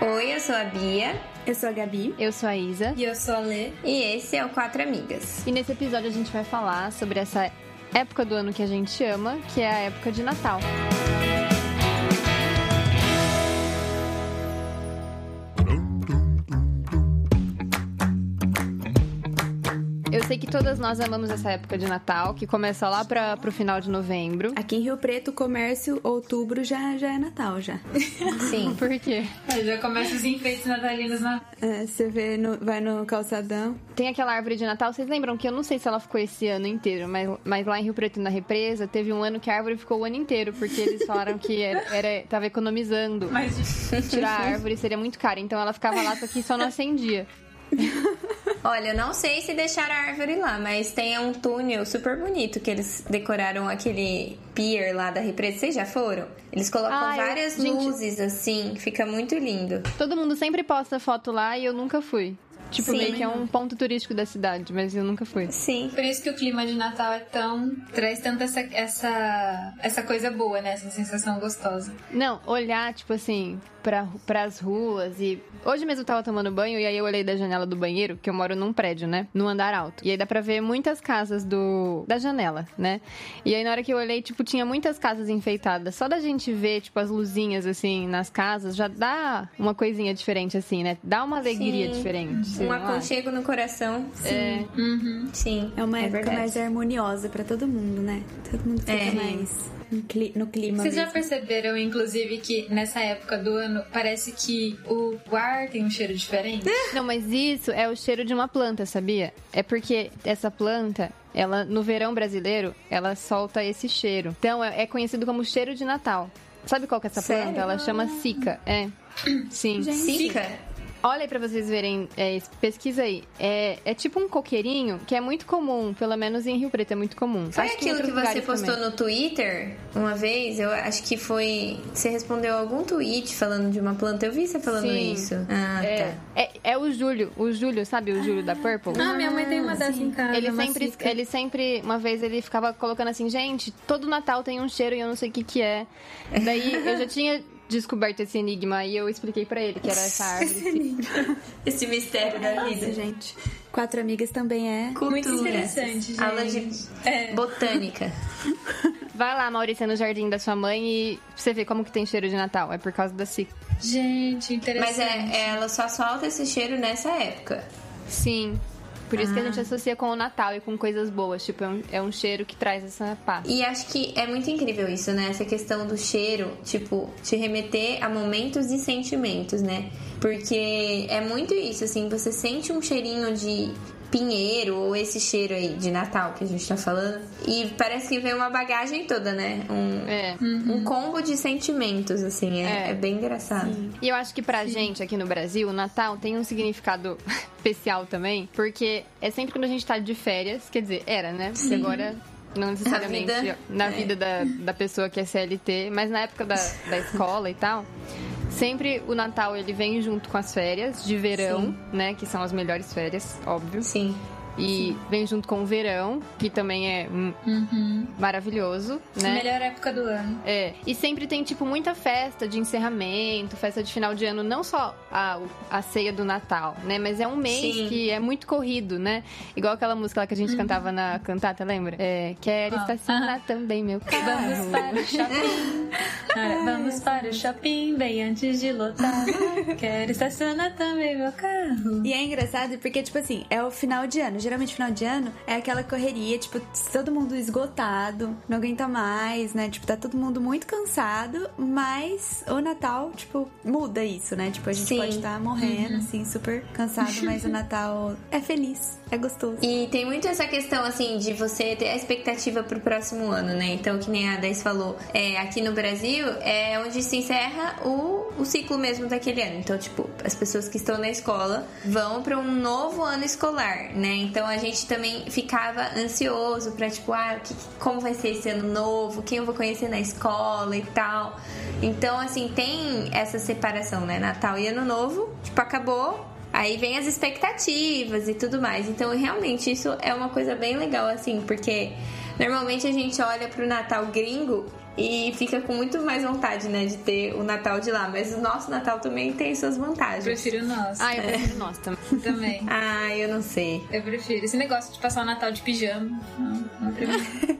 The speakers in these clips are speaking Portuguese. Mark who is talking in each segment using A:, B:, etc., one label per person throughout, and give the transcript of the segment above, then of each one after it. A: Oi, eu sou a Bia.
B: Eu sou a Gabi.
C: Eu sou a Isa.
D: E eu sou a Lê.
A: E esse é o Quatro Amigas.
C: E nesse episódio a gente vai falar sobre essa época do ano que a gente ama, que é a época de Natal. Eu sei que todas nós amamos essa época de Natal, que começa lá para pro final de novembro.
B: Aqui em Rio Preto, comércio, outubro já, já é Natal já.
A: Sim.
C: Por quê?
D: Aí já começa os enfeites natalinos na.
B: É, você vê, no- vai no calçadão.
C: Tem aquela árvore de Natal, vocês lembram que eu não sei se ela ficou esse ano inteiro, mas, mas lá em Rio Preto, na represa, teve um ano que a árvore ficou o ano inteiro, porque eles falaram que era, era, tava economizando.
D: Mas
C: Tirar a árvore seria muito caro, então ela ficava lá, só que só não acendia.
A: Olha, eu não sei se deixaram a árvore lá, mas tem um túnel super bonito que eles decoraram aquele pier lá da represa. Vocês já foram? Eles colocam
C: Ah, eu-
A: várias
C: gente-
A: luzes assim, fica muito lindo.
C: Todo mundo sempre posta foto lá e eu nunca fui. Tipo,
A: Sim.
C: meio que é um ponto turístico da cidade, mas eu nunca fui.
A: Sim.
D: por isso que o clima de Natal é tão. traz tanta essa, essa, essa coisa boa, né? Essa sensação gostosa.
C: Não, olhar, tipo assim, pra, pras ruas e. Hoje mesmo eu tava tomando banho e aí eu olhei da janela do banheiro, que eu moro num prédio, né? No andar alto. E aí dá pra ver muitas casas do da janela, né? E aí na hora que eu olhei, tipo, tinha muitas casas enfeitadas. Só da gente ver, tipo, as luzinhas, assim, nas casas, já dá uma coisinha diferente, assim, né? Dá uma alegria
A: Sim.
C: diferente. vocês
A: Um
C: não acham?
A: aconchego no coração. Sim.
D: Uhum.
A: Sim.
B: É uma época
A: verdade.
B: mais harmoniosa pra todo mundo, né? Todo mundo fica
A: É.
B: mais no cli- no clima
D: Vocês já
B: mesmo.
D: perceberam, inclusive, que nessa época do ano parece que o ar tem um cheiro diferente?
C: Não, mas isso é o cheiro de uma planta, sabia? É porque essa planta, ela no verão brasileiro, ela solta esse cheiro. Então é, é conhecido como cheiro de Natal. Sabe qual que é essa
A: Sério?
C: planta? Ela chama sica. É. Sim.
A: Sica?
C: Olha aí pra vocês verem, é, pesquisa aí. É, é tipo um coqueirinho que é muito comum, pelo menos em Rio Preto é muito comum.
A: Foi
C: Acho em
A: aquilo que
C: outros
A: você
C: lugares
A: postou
C: também.
A: no Twitter uma vez? Eu acho que foi. Você respondeu algum tweet falando de uma planta. Eu vi você falando
C: Sim.
A: isso. Ah,
C: É,
A: tá.
C: é, é o Júlio, o Júlio, sabe o Júlio da Purple?
D: Ah, minha mãe tem uma dessas em casa.
C: Ele
D: Ah, uma
C: sempre,
D: cisca.
C: ele sempre, uma vez ele ficava colocando assim, gente, todo Natal tem um cheiro e eu não sei o que que é. Daí eu já tinha descoberto esse enigma e eu expliquei pra ele que era essa árvore.
A: Esse mistério da vida.
B: Nossa, gente. Quatro amigas também é.
D: Muito
A: Cultura.
D: interessante, gente.
A: Aula de
D: É.
A: botânica.
C: Vai lá, Maurícia, no jardim da sua mãe e você vê como que tem cheiro de Natal. É por causa da cica.
D: Gente, interessante.
A: Mas é, ela só solta esse cheiro nessa época.
C: Sim. Por isso que a gente associa com o Natal e com coisas boas. Tipo, é um, é um cheiro que traz essa paz.
A: E acho que é muito incrível isso, né? Essa questão do cheiro, tipo, te remeter a momentos e sentimentos, né? Porque é muito isso, assim, você sente um cheirinho de pinheiro ou esse cheiro aí de Natal que a gente tá falando e parece que vem uma bagagem toda, né? Um,
C: É.
A: um combo de sentimentos, assim, é,
C: É.
A: é bem engraçado.
C: E eu acho que pra gente aqui no Brasil, o Natal tem um significado especial também, porque é sempre quando a gente tá de férias, quer dizer, era, né? Porque agora não necessariamente
A: Na vida,
C: na
A: é.
C: vida da, da pessoa que é CLT, mas na época da, da escola e tal. Sempre o Natal ele vem junto com as férias de verão, né? Que são as melhores férias, óbvio.
A: Sim.
C: E vem junto com o verão, que também é hum,
D: Uhum.
C: maravilhoso, né?
D: Melhor época do ano.
C: É, e sempre tem, tipo, muita festa de encerramento, festa de final de ano, não só a, o- a ceia do Natal, né? Mas é um mês
A: Sim.
C: que é muito corrido, né? Igual aquela música lá que a gente cantava na cantata, lembra? É, quero
D: Uhum. Ah.
C: estacionar também, meu
D: Vamos
C: carro.
D: para o shopping. Ah, Vamos para o shopping, bem antes de lotar. Quero estacionar também meu carro.
B: E é engraçado porque, tipo assim, é o final de ano. Geralmente, final de ano é aquela correria, tipo, todo mundo esgotado, não aguenta mais, né? Tipo, tá todo mundo muito cansado, mas o Natal, tipo, muda isso, né? Tipo, a gente
A: Sim.
B: pode estar morrendo, assim, super cansado, mas o Natal é feliz, é gostoso.
A: E tem muito essa questão, assim, de você ter a expectativa pro próximo ano, né? Então, que nem a 10 falou, é, aqui no Brasil é onde se encerra o, o ciclo mesmo daquele ano. Então, tipo, as pessoas que estão na escola vão pra um novo ano escolar, né? Então, a gente também ficava ansioso pra, tipo, ah, o que, como vai ser esse ano novo? Quem eu vou conhecer na escola e tal. Então, assim, tem essa separação, né? Natal e Ano Novo, tipo, acabou, Aí vem as expectativas e tudo mais. Então, realmente, isso é uma coisa bem legal, assim, porque normalmente a gente olha pro Natal gringo e fica com muito mais vontade, né, de ter o Natal de lá. Mas o nosso Natal também tem suas vantagens.
D: Prefiro nós.
C: Ah, eu prefiro nós também.
D: Também.
A: Ah, eu não sei.
D: Eu prefiro. Esse negócio de passar o Natal de pijama. Não, não prefiro.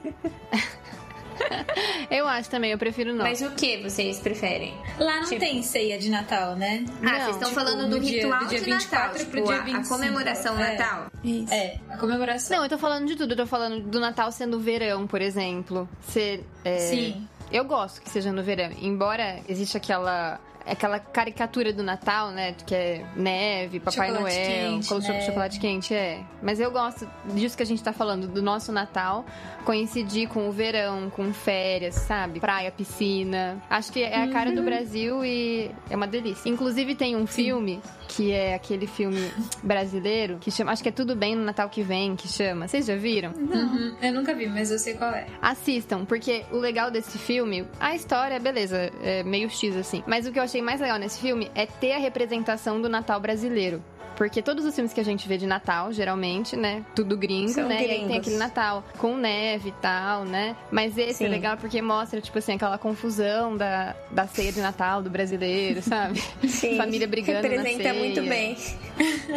C: Eu acho também, eu prefiro nós.
A: Mas o que vocês preferem?
D: Lá não
A: Tipo-
D: tem ceia de Natal, né?
A: Ah,
C: Não,
A: vocês estão
D: tipo,
A: falando do
D: do dia-
A: ritual
D: do dia
A: de Natal,
D: 24
A: tipo,
D: pro dia
A: a- a,
D: 25,
A: comemoração
D: é.
A: Natal.
B: Isso.
D: É, a comemoração.
C: Não, eu tô falando de tudo. Eu tô falando do Natal sendo verão, por exemplo. Ser, é,
D: Sim.
C: Eu gosto que seja no verão. Embora exista aquela aquela caricatura do Natal, né? Que é neve, Papai
D: Chocolate
C: Noel,
D: quente,
C: colo-
D: né?
C: chocolate quente, é. Mas eu gosto disso que a gente tá falando, do nosso Natal coincidir com o verão, com férias, sabe? Praia, piscina. Acho que é a cara
D: Uhum.
C: do Brasil e é uma delícia. Inclusive tem um filme que é aquele filme brasileiro que chama, acho que é Tudo Bem no Natal que vem, que chama. Vocês já viram?
D: Uhum. Eu nunca vi, mas eu sei qual é.
C: Assistam, porque o legal desse filme, a história, beleza, é meio X assim. Mas o que eu achei mais legal nesse filme é ter a representação do Natal brasileiro. Porque todos os filmes que a gente vê de Natal, geralmente, né? Tudo gringo,
A: São
C: né? E aí
A: gringos.
C: tem aquele Natal com neve e tal, né? Mas esse
A: Sim.
C: é legal porque mostra, tipo assim, aquela confusão da, da ceia de Natal do brasileiro, sabe?
A: Sim.
C: Família brigando na
A: Representa muito
C: ceia.
A: bem.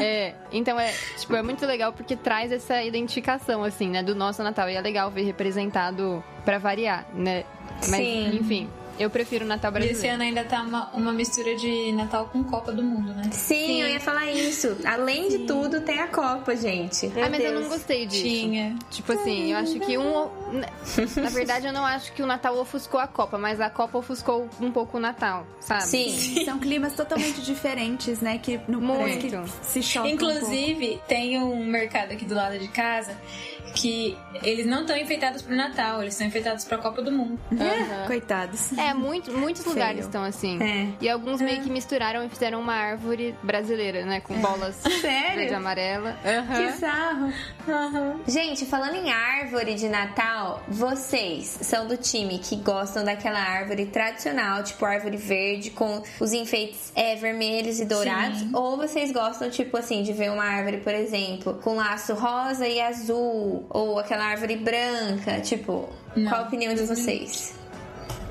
C: É, então é, tipo, é muito legal porque traz essa identificação, assim, né, do nosso Natal. E é legal ver representado pra variar, né? Mas,
A: Sim.
C: enfim, eu prefiro o Natal
D: E esse
C: brasileiro.
D: ano ainda tá uma, uma mistura de Natal com Copa do Mundo, né?
A: Sim, eu ia falar isso. Além de tudo, tem a Copa, gente. Meu
C: Ah, mas eu
A: Deus.
C: não gostei disso.
D: Tinha.
C: Tipo assim, eu acho que um. Na verdade, eu não acho que o Natal ofuscou a Copa, mas a Copa ofuscou um pouco o Natal, sabe?
A: Sim.
B: São climas totalmente diferentes, né? Que no
C: Muito.
B: parece que se chocam. um pouco.
D: Inclusive, tem um mercado aqui do lado de casa que eles não estão enfeitados pro Natal, eles estão enfeitados pra Copa do Mundo.
C: Aham.
B: coitados.
C: É, muito, muitos
B: Feio.
C: lugares estão assim.
A: É. É.
C: E alguns meio que misturaram e fizeram uma árvore brasileira, né? Com bolas verde e
A: Sério?
C: amarela. Aham.
D: É.
A: Que sarro. Gente, falando em árvore de Natal, vocês são do time que gostam daquela árvore tradicional, tipo árvore verde com os enfeites é, vermelhos e dourados?
D: Sim.
A: Ou vocês gostam, tipo assim, de ver uma árvore, por exemplo, com laço rosa e azul? Ou aquela árvore branca? Tipo,
D: Não.
A: qual a opinião de vocês?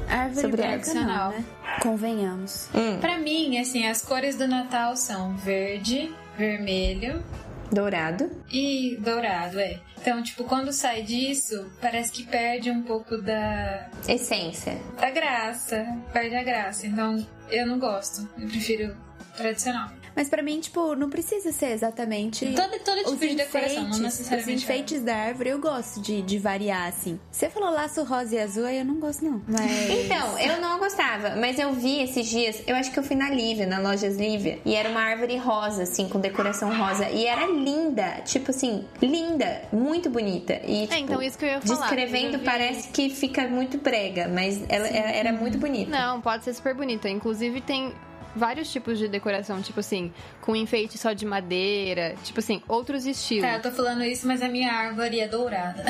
B: Árvore
A: Sobre
B: branca É não,
D: É tradicional.
B: né? Convenhamos.
A: Hum,
D: Pra mim, assim, as cores do Natal são verde, vermelho
A: dourado.
D: e dourado, é. Então, tipo, quando sai disso, parece que perde um pouco da,
A: Essência.
D: da graça, perde a graça. Então, eu não gosto, eu prefiro tradicional.
B: Mas pra mim, tipo, não precisa ser exatamente...
D: Todo, todo tipo
B: Os
D: de decoração, não
B: enfeites, os
D: necessariamente.
B: enfeites da árvore eu gosto de, de variar, assim. Você falou laço rosa e azul, aí eu não gosto, não. Mas...
A: Então, eu não gostava, mas eu vi esses dias, eu acho que eu fui na Lívia, na Lojas Lívia, e era uma árvore rosa, assim, com decoração rosa, e era linda, tipo assim, linda, muito bonita. E, tipo,
C: É, então isso que eu ia falar. Eu já
A: Descrevendo
C: vi-
A: parece que fica muito brega, mas ela era, era muito bonita.
C: Não, pode ser super bonita. Inclusive tem vários tipos de decoração, tipo assim, com enfeite só de madeira, tipo assim, outros estilos.
D: Tá, eu tô falando isso, mas a minha árvore é dourada.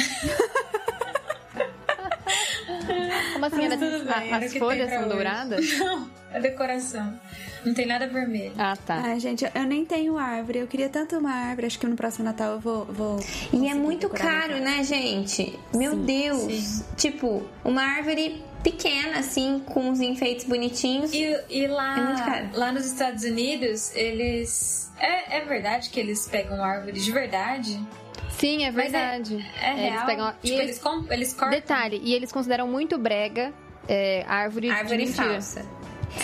C: Como assim,
D: Mas
C: era-
D: tudo bem,
C: a-
D: era o que
C: as
D: tem
C: folhas
D: pra
C: são
D: hoje.
C: douradas?
D: Não, a decoração. Não tem nada vermelho.
C: Ah, tá.
B: Ai, gente, eu- eu nem tenho árvore. Eu queria tanto uma árvore. Acho que no próximo Natal eu vou. vou
A: E é
B: conseguir
A: muito
B: decorar minha
A: caro,
B: casa.
A: né, gente? Meu Deus!
D: sim.
A: Tipo, uma árvore pequena, assim, com os enfeites bonitinhos.
D: E, e
A: É muito
D: lá,
A: caro.
D: lá nos Estados Unidos, eles. É, é verdade que eles pegam árvores de verdade?
C: Sim, é
D: Mas é-
C: verdade.
D: É,
C: eles
D: real?
C: pegam-
D: Tipo,
C: e
D: eles,
C: eles-
D: com- eles cortam.
C: Detalhe, e eles consideram muito brega é, árvore,
A: Árvore
C: de mentira.
A: falsa.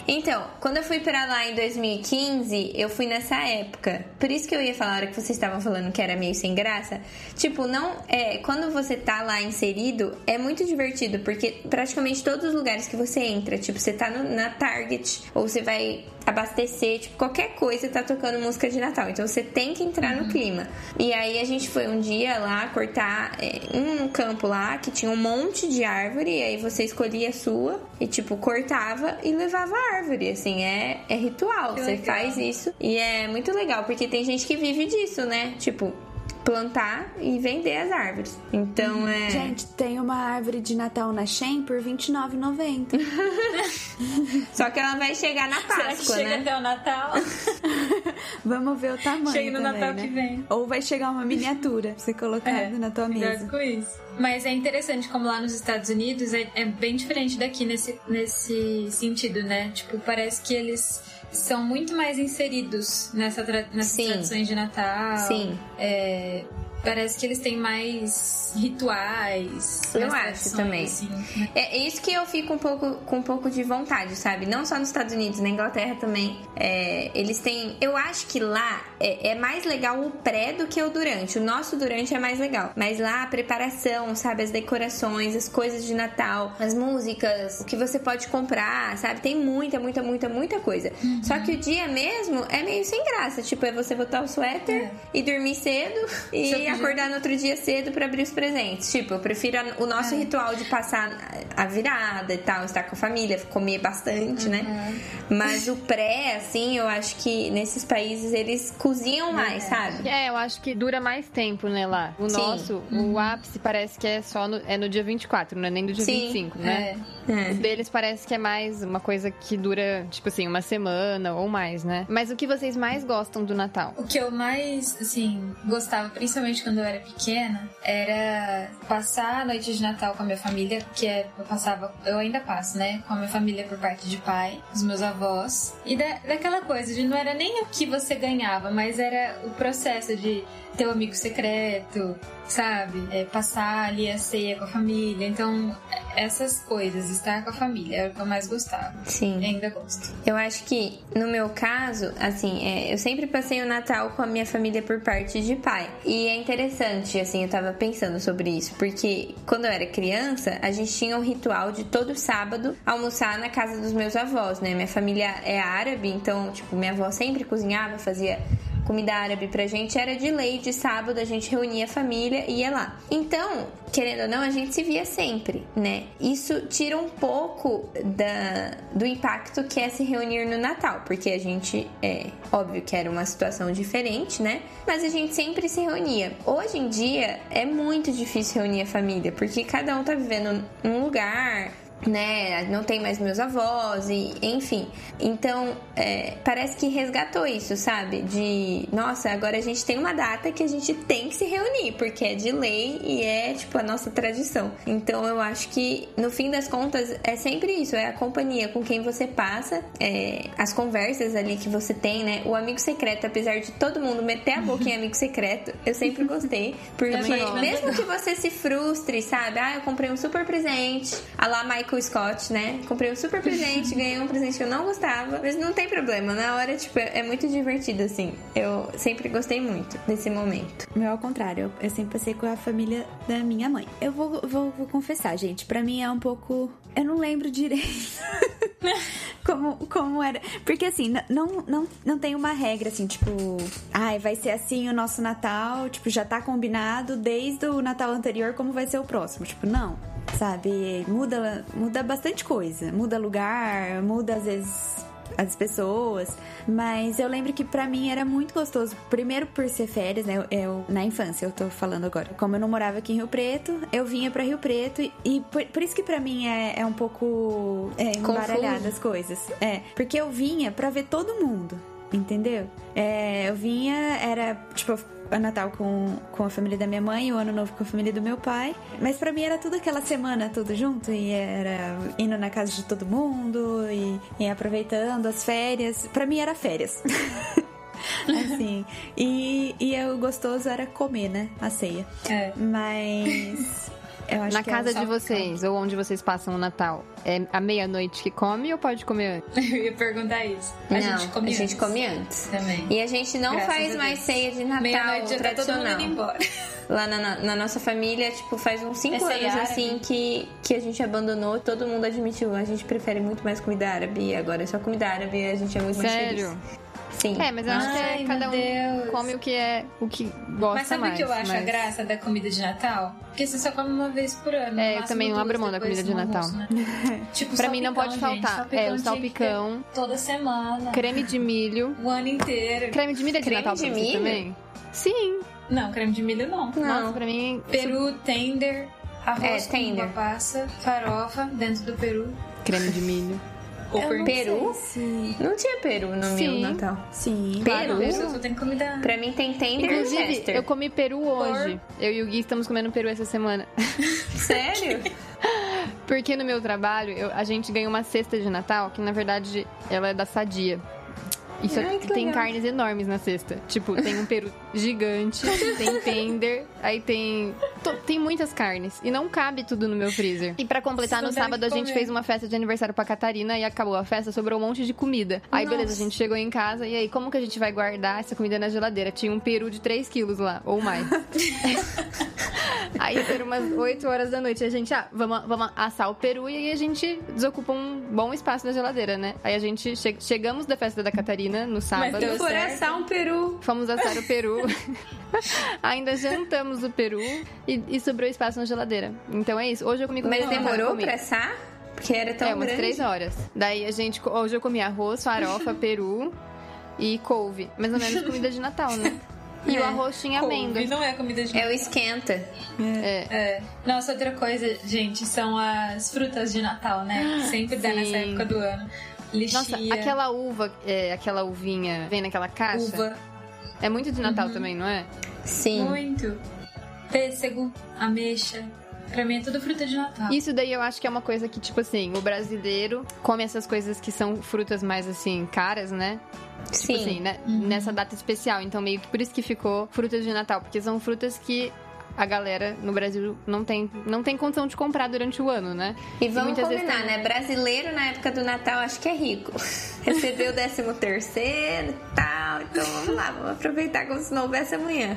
A: Então, quando eu fui pra lá em 2015, eu fui nessa época. Por isso que eu ia falar a hora que vocês estavam falando que era meio sem graça. Tipo, não é, quando você tá lá inserido, é muito divertido, porque praticamente todos os lugares que você entra, tipo, você tá no- na Target ou você vai abastecer, tipo, qualquer coisa tá tocando música de Natal. Então você tem que entrar no clima. E aí a gente foi um dia lá cortar é, um campo lá que tinha um monte de árvore, e aí você escolhia a sua e, tipo, cortava e levava a árvore. Assim, é, é ritual.
D: Que
A: você
D: legal.
A: faz isso. E é muito legal, porque tem gente que vive disso, né? Tipo. plantar e vender as árvores. Então é.
B: Gente, tem uma árvore de Natal na Shein por R$29,90.
A: Só que ela vai chegar na
D: Será que
A: Páscoa,
D: chega
A: né?
D: até o Natal?
B: Vamos ver o tamanho
D: Chega no
B: também,
D: Natal
B: né?
D: que É, vem.
B: Ou vai chegar uma miniatura pra você colocar na tua mesa.
D: cuidado com isso. Mas é interessante como lá nos Estados Unidos é, é bem diferente daqui nesse, nesse sentido, né? Tipo, parece que eles são muito mais inseridos nessa tra- nessas
A: Sim.
D: tradições de Natal.
A: Sim.
D: É, parece que eles têm mais rituais.
A: Eu
D: mais
A: acho
D: tradições,
A: também.
D: assim, né?
A: É isso que eu fico um pouco, com um pouco de vontade, sabe? Não só nos Estados Unidos, na Inglaterra também. É, eles têm. Eu acho que lá é, é mais legal o pré do que o durante. O nosso durante é mais legal. Mas lá a preparação, sabe? As decorações, as coisas de Natal, as músicas, o que você pode comprar, sabe? Tem muita, muita, muita, muita coisa. Só que o dia mesmo é meio sem graça. Tipo, é você botar o suéter
D: É.
A: e dormir cedo e
D: Seu pijama.
A: acordar no outro dia cedo pra abrir os presentes. Tipo, eu prefiro a- o nosso
D: É.
A: ritual de passar a virada e tal, estar com a família, comer bastante, né?
D: Uhum.
A: Mas o pré, assim, eu acho que nesses países eles cozinham mais, sabe?
C: É, eu acho que dura mais tempo, né, lá. O
A: Sim.
C: nosso,
D: Uhum.
C: o ápice parece que é só no, é no dia 24, não é nem do dia
A: Sim.
C: 25, né?
D: É.
C: O
A: É.
C: deles parece que é mais uma coisa que dura, tipo assim, uma semana ou mais, né? Mas o que vocês mais gostam do Natal?
D: O que eu mais, assim, gostava, principalmente quando eu era pequena, era passar a noite de Natal com a minha família, que é, eu passava, eu ainda passo, né? Com a minha família por parte de pai, os meus avós. E da, daquela coisa de não era nem o que você ganhava, mas era o processo de ter um amigo secreto, sabe? É, passar ali a ceia com a família. Então, essas coisas, estar com a família, era o que eu mais gostava.
A: Sim.
D: E ainda gosto.
A: Eu acho que, no meu caso, assim, é, eu sempre passei o Natal com a minha família por parte de pai. E é interessante, assim, eu tava pensando sobre isso, porque quando eu era criança, a gente tinha um ritual de todo sábado almoçar na casa dos meus avós, né? Minha família é árabe, então, tipo, minha avó sempre cozinhava, fazia comida árabe pra gente era de lei, de sábado a gente reunia a família e ia lá. Então, querendo ou não, a gente se via sempre, né? Isso tira um pouco da, do impacto que é se reunir no Natal, porque a gente, é óbvio que era uma situação diferente, né? Mas a gente sempre se reunia. Hoje em dia é muito difícil reunir a família, porque cada um tá vivendo num lugar, né? Não tem mais meus avós, e enfim. Então, é, parece que resgatou isso, sabe? De, nossa, agora a gente tem uma data que a gente tem que se reunir, porque é de lei e é, tipo, a nossa tradição. Então, eu acho que, no fim das contas, é sempre isso: é a companhia com quem você passa, é, as conversas ali que você tem, né? O amigo secreto, apesar de todo mundo meter a boca em amigo secreto, eu sempre gostei, porque
D: Também gosto.
A: mesmo mesmo que você se frustre, sabe? Ah, eu comprei um super presente. A lá Michael Scott, né? Comprei um super presente, ganhei um presente que eu não gostava. Mas não tem problema. Na hora, tipo, é é muito divertido, assim. Eu sempre gostei muito desse momento.
B: O Meu, ao contrário, eu, eu sempre passei com a família da minha mãe. Eu vou, vou, vou confessar, gente, pra mim é um pouco. Eu não lembro direito como, como era. Porque assim, n- não, não, não tem uma regra assim, tipo, ai, vai ser assim o nosso Natal, tipo, já tá combinado desde o Natal anterior como vai ser o próximo. Tipo, não. Sabe, muda, muda bastante coisa. Muda lugar, muda às vezes as pessoas, mas eu lembro que pra mim era muito gostoso. Primeiro por ser férias, né? Eu, eu- na infância, eu tô falando agora. Como eu não morava aqui em Rio Preto, eu vinha pra Rio Preto e, e por, por isso que pra mim é, é um pouco é, embaralhado
A: Confuso.
B: as coisas. É, porque eu vinha pra ver todo mundo, entendeu? É, eu vinha, era tipo o Natal com, com a família da minha mãe, o Ano Novo com a família do meu pai. Mas pra mim era tudo aquela semana, tudo junto. E era indo na casa de todo mundo e, e aproveitando as férias. Pra mim era férias. assim. E, e é o gostoso era comer, né? A ceia.
D: É.
B: Mas. Eu acho
C: Na
B: que
C: casa
B: é o-
C: de vocês, ou onde vocês passam o Natal, é à meia-noite que come ou pode comer antes?
D: Eu ia perguntar isso. A
A: não,
D: gente come
A: a gente
D: antes.
A: come antes.
D: Também.
A: E a gente não
D: Graças
A: faz
D: a
A: mais
D: Deus.
A: ceia de Natal
D: Meia-noite já tá todo mundo indo
A: tradicional.
D: embora.
A: Lá na, na- na nossa família, tipo, faz uns 5
D: ceia
A: anos
D: é árabe?
A: assim que, que a gente abandonou, todo mundo admitiu. A gente prefere muito mais comida árabe e agora é só comida árabe e a gente é muito
C: Sério?
A: mais feliz. Sim.
C: É, mas eu acho que
D: Ai,
C: é,
D: meu
C: cada um
D: Deus.
C: come o que é o que gosta
D: Mas sabe
C: mais.
D: o que eu acho a
C: mas-
D: graça da comida de Natal? Porque você só come uma vez por ano.
C: É,
D: no
C: eu
D: máximo
C: também não
D: duas
C: abro mão da
D: depois
C: comida de
D: no
C: Natal.
D: né? tipo,
C: Pra mim não pode
D: salpicão, gente.
C: faltar. é, o
D: tinha que ter
C: salpicão,
D: Toda semana.
C: creme de milho.
D: O ano inteiro.
C: Creme de milho é de
A: Creme
C: Natal
A: de
C: pra vocês
A: milho?
C: também? Sim.
D: Não, creme de milho não.
C: Nossa, pra mim.
D: Peru, tender, arroz
A: É,
D: com
A: tender.
D: uva passa, farofa dentro do peru.
C: Creme de milho.
D: Ou
B: Eu não
D: peru.
A: Peru?
B: sei se-
A: Não tinha peru no
C: Sim.
A: meu Natal.
B: Sim.
A: Peru?
D: Isso tudo tem comida.
A: Pra mim tem tender e
C: Inclusive,
A: chester.
C: eu comi peru hoje. Eu e o Gui estamos comendo peru essa semana.
A: Sério?
C: Porque no meu trabalho, eu- a gente ganha uma cesta de Natal, que na verdade ela é da Sadia. E só
A: Ai, que
C: tem
A: legal.
C: carnes enormes na cesta. Tipo, tem um peru gigante, tem tender, aí tem. to- tem muitas carnes. E não cabe tudo no meu freezer. E pra completar, no
D: Vocês não deram
C: sábado a
D: que
C: gente
D: comer.
C: fez uma festa de aniversário pra Catarina e acabou a festa, sobrou um monte de comida. Aí, beleza, a
A: Nossa.
C: gente chegou em casa e aí, como que a gente vai guardar essa comida na geladeira? Tinha um peru de 3 quilos lá, ou mais. Aí eram umas 8 horas da noite. E a gente, ah, vamos, vamos assar o peru e aí a gente desocupa um bom espaço na geladeira, né? Aí a gente che- chegamos da festa da Catarina no sábado.
D: deu
A: Por
D: certo.
A: assar um peru.
C: Fomos assar o peru. Ainda jantamos o peru e, e sobrou espaço na geladeira. Então é isso. Hoje eu comi comida
A: Mas
C: que eu não
A: demorou
C: comi.
A: pra assar? Porque era tão
C: É, umas
A: grande.
C: três horas. Daí a gente. co- Hoje eu comi arroz, farofa, peru e couve. Mais ou menos comida de Natal, né? E o arroz tinha amêndoa.
D: Couve não é comida de
A: É o esquenta.
C: É.
D: É. Nossa, outra coisa, gente, são as frutas de Natal, né? Que sempre dá nessa
C: Ah, Sim.
D: época do ano. Lixia,
C: Nossa, aquela uva, é, aquela uvinha, vem naquela caixa.
D: uva,
C: É muito de
A: Uhum.
C: Natal também, não é?
A: Sim.
D: muito. Pêssego, ameixa. Pra mim é tudo fruta de
A: Ah.
D: Natal.
C: Isso daí eu acho que é uma coisa que, tipo assim, o brasileiro come essas coisas que são frutas mais, assim, caras, né?
A: Sim. Uhum.
C: Tipo assim, né? nessa data especial. Então, meio que por isso que ficou frutas de Natal, porque são frutas que a galera no Brasil não tem, não tem condição de comprar durante o ano, né?
A: E vamos
C: muitas vezes
A: combinar,
C: tem-
A: né? Brasileiro na época do Natal acho que é rico. Recebeu o décimo terceiro e tal. Então vamos lá, vamos aproveitar como se não houvesse amanhã.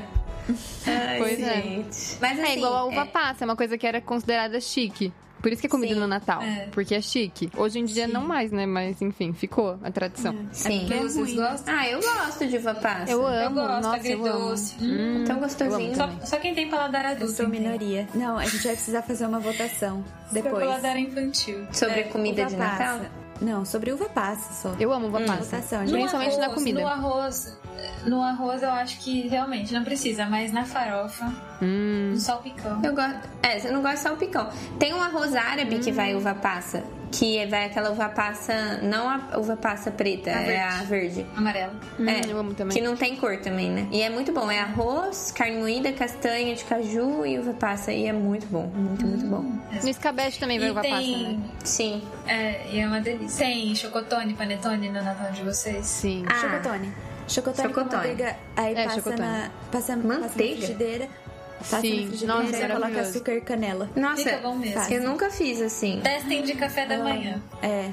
A: Ai,
C: Pois é.
A: gente. Mas assim,
C: é igual a uva
A: é-
C: passa, é uma coisa que era considerada chique. Por isso que é comida
A: Sim.
C: no Natal,
D: É.
C: porque é chique. Hoje em dia não mais, né? Mas enfim, ficou a tradição.
A: Sim.
B: É
D: Vocês
B: ruim, né?
D: gostam?
A: Ah, eu gosto de uva passa.
C: Eu amo,
D: eu gosto,
C: nossa, eu amo.
D: agridoce.
C: Hum,
A: Tão
C: eu
A: gostosinho.
C: amo
D: Só, só quem tem paladar adulto.
B: Eu sou
D: entende?
B: minoria. Não, a gente vai precisar fazer uma votação
D: Sou
B: depois.
D: paladar é infantil.
A: Sobre comida
B: Uva
A: de Natal?
B: passa. Não, sobre uva passa só.
C: Eu amo uva passa.
B: Votação,
D: No
B: gente.
C: Principalmente na
D: arroz,
C: comida.
D: No arroz, eh, no arroz eu acho que realmente não precisa, mas na farofa,
C: Hum.
D: no salpicão.
A: Eu gosto. É, eu não gosto de salpicão. Tem um arroz árabe que vai uva passa. Que é, vai aquela uva passa. Não a uva passa preta,
D: A
A: é a verde.
D: Amarelo.
A: É,
C: Hum, eu amo também.
A: Que não tem cor também, né? E é muito bom. É arroz, carne moída, castanha de caju e uva passa. E é muito bom. Muito, muito bom.
C: No escabeche também vai
D: E
C: uva passa,
D: tem.
C: né?
A: Sim.
D: É, e é uma delícia. Tem chocotone, panetone no Natal de vocês?
C: Sim.
A: Ah,
B: Chocotone. Chocotone, com
A: chocotone.
B: manteiga. Aí
C: É,
B: passa,
C: chocotone.
B: Na, passa, passa na
A: Manteiga?
B: frigideira. Passa
C: Sim.
B: na frigideira
C: Nossa,
B: aí coloca
C: maravilhoso.
B: açúcar e canela.
A: Nossa,
D: Fica bom mesmo. É
A: eu nunca fiz assim.
D: Testem de café da manhã.
B: É.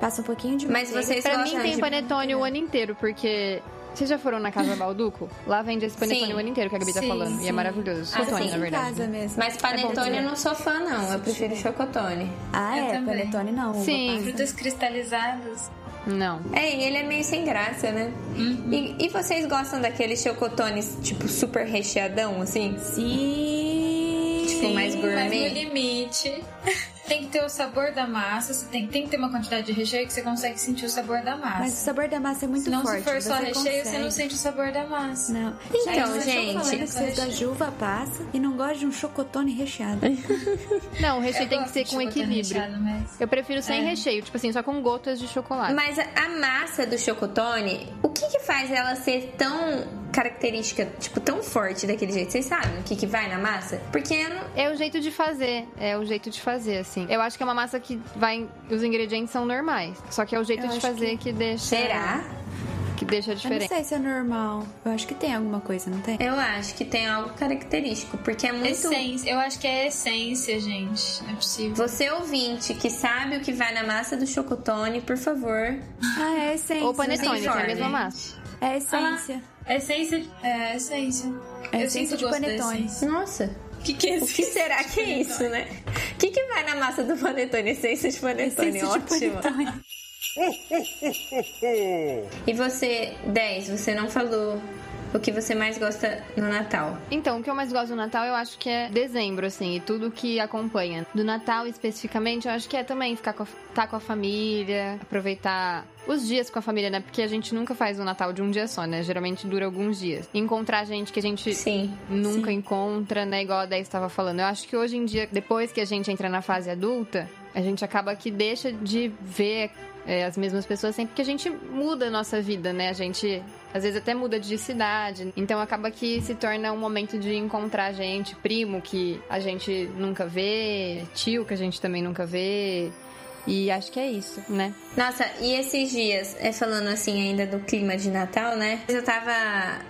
B: Passa um pouquinho de
A: Mas
B: manteiga.
A: vocês
C: Pra mim
A: gostam
C: tem
A: de...
C: panetone o ano inteiro, porque. Vocês já foram na casa Balduco? Lá vende esse panetone
A: Sim.
C: o ano inteiro que a Gabi tá
D: Sim,
C: falando. E é
B: sim.
C: maravilhoso.
A: Ah,
C: Chocotone,
A: sim.
C: na
B: assim em
C: é verdade.
B: casa mesmo. É
A: Mas panetone
B: também.
A: eu não sou fã, não. Eu prefiro chocotone.
B: Ah,
D: Eu
B: é.
D: também.
B: Panetone não. uva
C: Sim.
B: passa.
D: Frutas cristalizadas.
C: Não.
A: É, e ele é meio sem graça, né? E, e vocês gostam daqueles chocotones, tipo, super recheadão, assim?
B: Sim.
A: Tipo, mais
D: Mas no
A: gourmet?
D: limite, tem que ter o sabor da massa. Você tem, tem que ter uma quantidade de recheio que você consegue sentir o sabor da
B: Mas o
D: massa.
B: sabor da massa é muito
D: Se não
B: forte.
D: se for só
B: você
D: recheio,
B: consegue.
D: você não sente o sabor da massa.
B: Não.
A: Então,
B: vocês estão
A: gente.
B: falando que vocês gostam de uva passa e não gostam de um chocotone recheado.
C: Não, o recheio
D: Eu
C: tem que
D: gosto
C: ser
D: de
C: com
D: chocotone
C: equilíbrio.
D: recheado, mas-
C: Eu prefiro sem
D: É.
C: recheio, tipo assim, só com gotas de chocolate.
A: Mas a, a massa do chocotone, o que que faz ela ser tão característica, tipo, tão forte daquele jeito? Vocês sabem o que que vai na massa? Porque eu não...
C: É o jeito de fazer, é o jeito de fazer, assim. Eu acho que é uma massa que vai. Os ingredientes são normais. Só que é o jeito
B: Eu
C: de
B: acho
C: fazer que... deixa.
A: Será?
C: Que deixa
B: Eu não
C: diferente. É.
B: sei se é normal. Eu acho que tem alguma coisa, não tem?
A: Eu acho que tem algo característico, porque é muito...
D: Essência, eu acho que é essência, gente. Não é possível.
A: Você ouvinte que sabe o que vai na massa do chocotone, por favor.
B: Ah, é essência.
C: Ou panetone, Ah, que é a
A: Sim,
C: mesma
A: gente.
C: massa.
B: É essência.
D: Essência. É, essência.
B: É
D: eu
B: essência
D: sinto
B: de
D: gosto da
B: panetone.
D: essência.
A: Nossa,
D: O que, que é
A: o que
D: essência?
A: será
B: tipo
A: que é isso, né? O que que vai na massa do panetone? Essência de panetone,
B: Essência de
A: ótimo.
B: panetone.
A: E você, 10, você não falou o que você mais gosta no Natal?
C: Então, o que eu mais gosto do Natal, eu acho que é dezembro, assim, e tudo que acompanha. Do Natal, especificamente, eu acho que é também ficar com a, tá com a família, aproveitar os dias com a família, né? Porque a gente nunca faz o Natal de um dia só, né? Geralmente dura alguns dias. Encontrar gente que a gente
A: Sim.
C: nunca encontra, né? Igual a 10 estava falando. Eu acho que hoje em dia, depois que a gente entra na fase adulta, a gente acaba que deixa de ver é, as mesmas pessoas sempre que a gente muda a nossa vida, né? A gente às vezes até muda de cidade. Então acaba que se torna um momento de encontrar gente, primo que a gente nunca vê, tio que a gente também nunca vê. E acho que é isso, né?
A: Nossa, e esses dias, é falando assim ainda do clima de Natal, né? Eu tava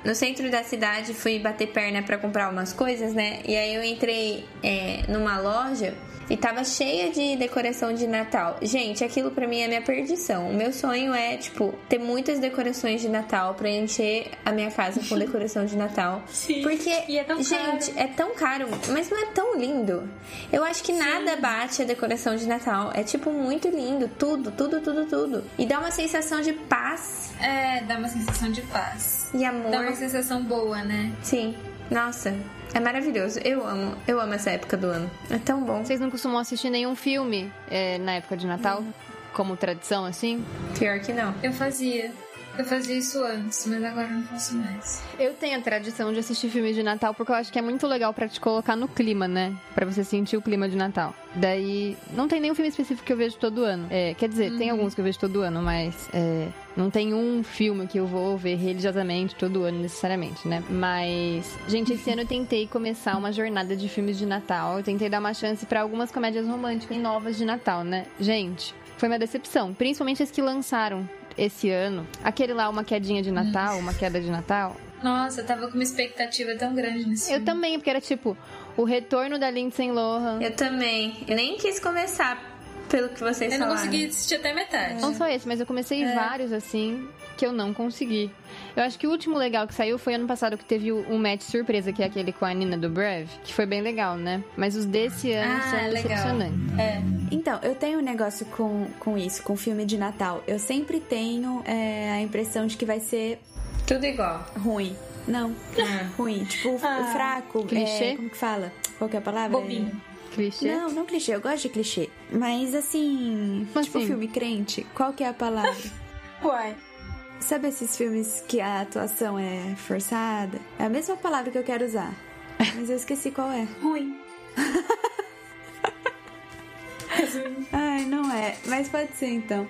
A: no centro da cidade, fui bater perna pra comprar umas coisas, né? E aí eu entrei é, numa loja e tava cheia de decoração de Natal. Gente, aquilo pra mim é minha perdição. O meu sonho é, tipo, ter muitas decorações de Natal, preencher a minha casa com decoração de Natal.
E: Sim.
A: Porque,
E: E é tão caro.
A: gente, é tão caro, mas não é tão lindo. Eu acho que nada bate a decoração de Natal. É, tipo, muito lindo. Tudo, tudo, tudo, tudo. E dá uma sensação de paz
D: É, dá uma sensação de paz.
A: e amor.
D: Dá uma sensação boa, né?
A: Sim. Nossa, é maravilhoso. Eu amo. Eu amo essa época do ano. É tão bom.
C: Vocês não costumam assistir nenhum filme é, na época de Natal? Como tradição, assim?
A: Pior que não.
D: Eu fazia. Eu fazia isso antes, mas agora eu não faço mais.
C: Eu tenho a tradição de assistir filmes de Natal porque eu acho que é muito legal pra te colocar no clima, né? Pra você sentir o clima de Natal. Daí, não tem nenhum filme específico que eu vejo todo ano. É, quer dizer, tem alguns que eu vejo todo ano, mas é, não tem um filme que eu vou ver religiosamente todo ano necessariamente, né? Mas, gente, esse ano eu tentei começar uma jornada de filmes de Natal. Eu tentei dar uma chance pra algumas comédias românticas novas de Natal, né? Gente, foi uma decepção, principalmente as que lançaram. Esse ano, aquele lá, Uma Quedinha de Natal, Uma Queda de Natal,
D: Nossa, eu tava com uma expectativa tão grande nesse
C: eu
D: filme.
C: também, porque era tipo o retorno da Lindsay Lohan.
A: Eu também. Eu nem quis começar pelo que vocês
D: Eu não
A: falaram.
D: consegui assistir até metade.
C: Não só esse, mas eu comecei vários assim que eu não consegui. Eu acho que o último legal que saiu foi ano passado que teve o- um match surpresa, que é aquele com a Nina do Brev, que foi bem legal, né? Mas os desse ano
D: Ah,
C: são
D: legal.
C: decepcionantes.
B: Então, eu tenho um negócio com, com isso, com filme de Natal. Eu sempre tenho é, a impressão de que vai ser
A: Tudo igual.
B: ruim. Não,
A: Ah.
B: ruim. Tipo, f-
E: Ah.
B: fraco. é,
C: É. Clichê?
B: como que fala? Qual que é a palavra? É,
D: Bobinho.
C: Clichê.
B: Não, não clichê. Eu gosto de clichê. Mas assim.
C: Como
B: tipo,
C: assim?
B: filme crente. Qual que é a palavra?
E: Uai.
B: Sabe esses filmes que a atuação é forçada? É a mesma palavra que eu quero usar. Mas eu esqueci qual é.
E: Ruim. Resumindo.
B: Ai, não é. Mas pode ser então.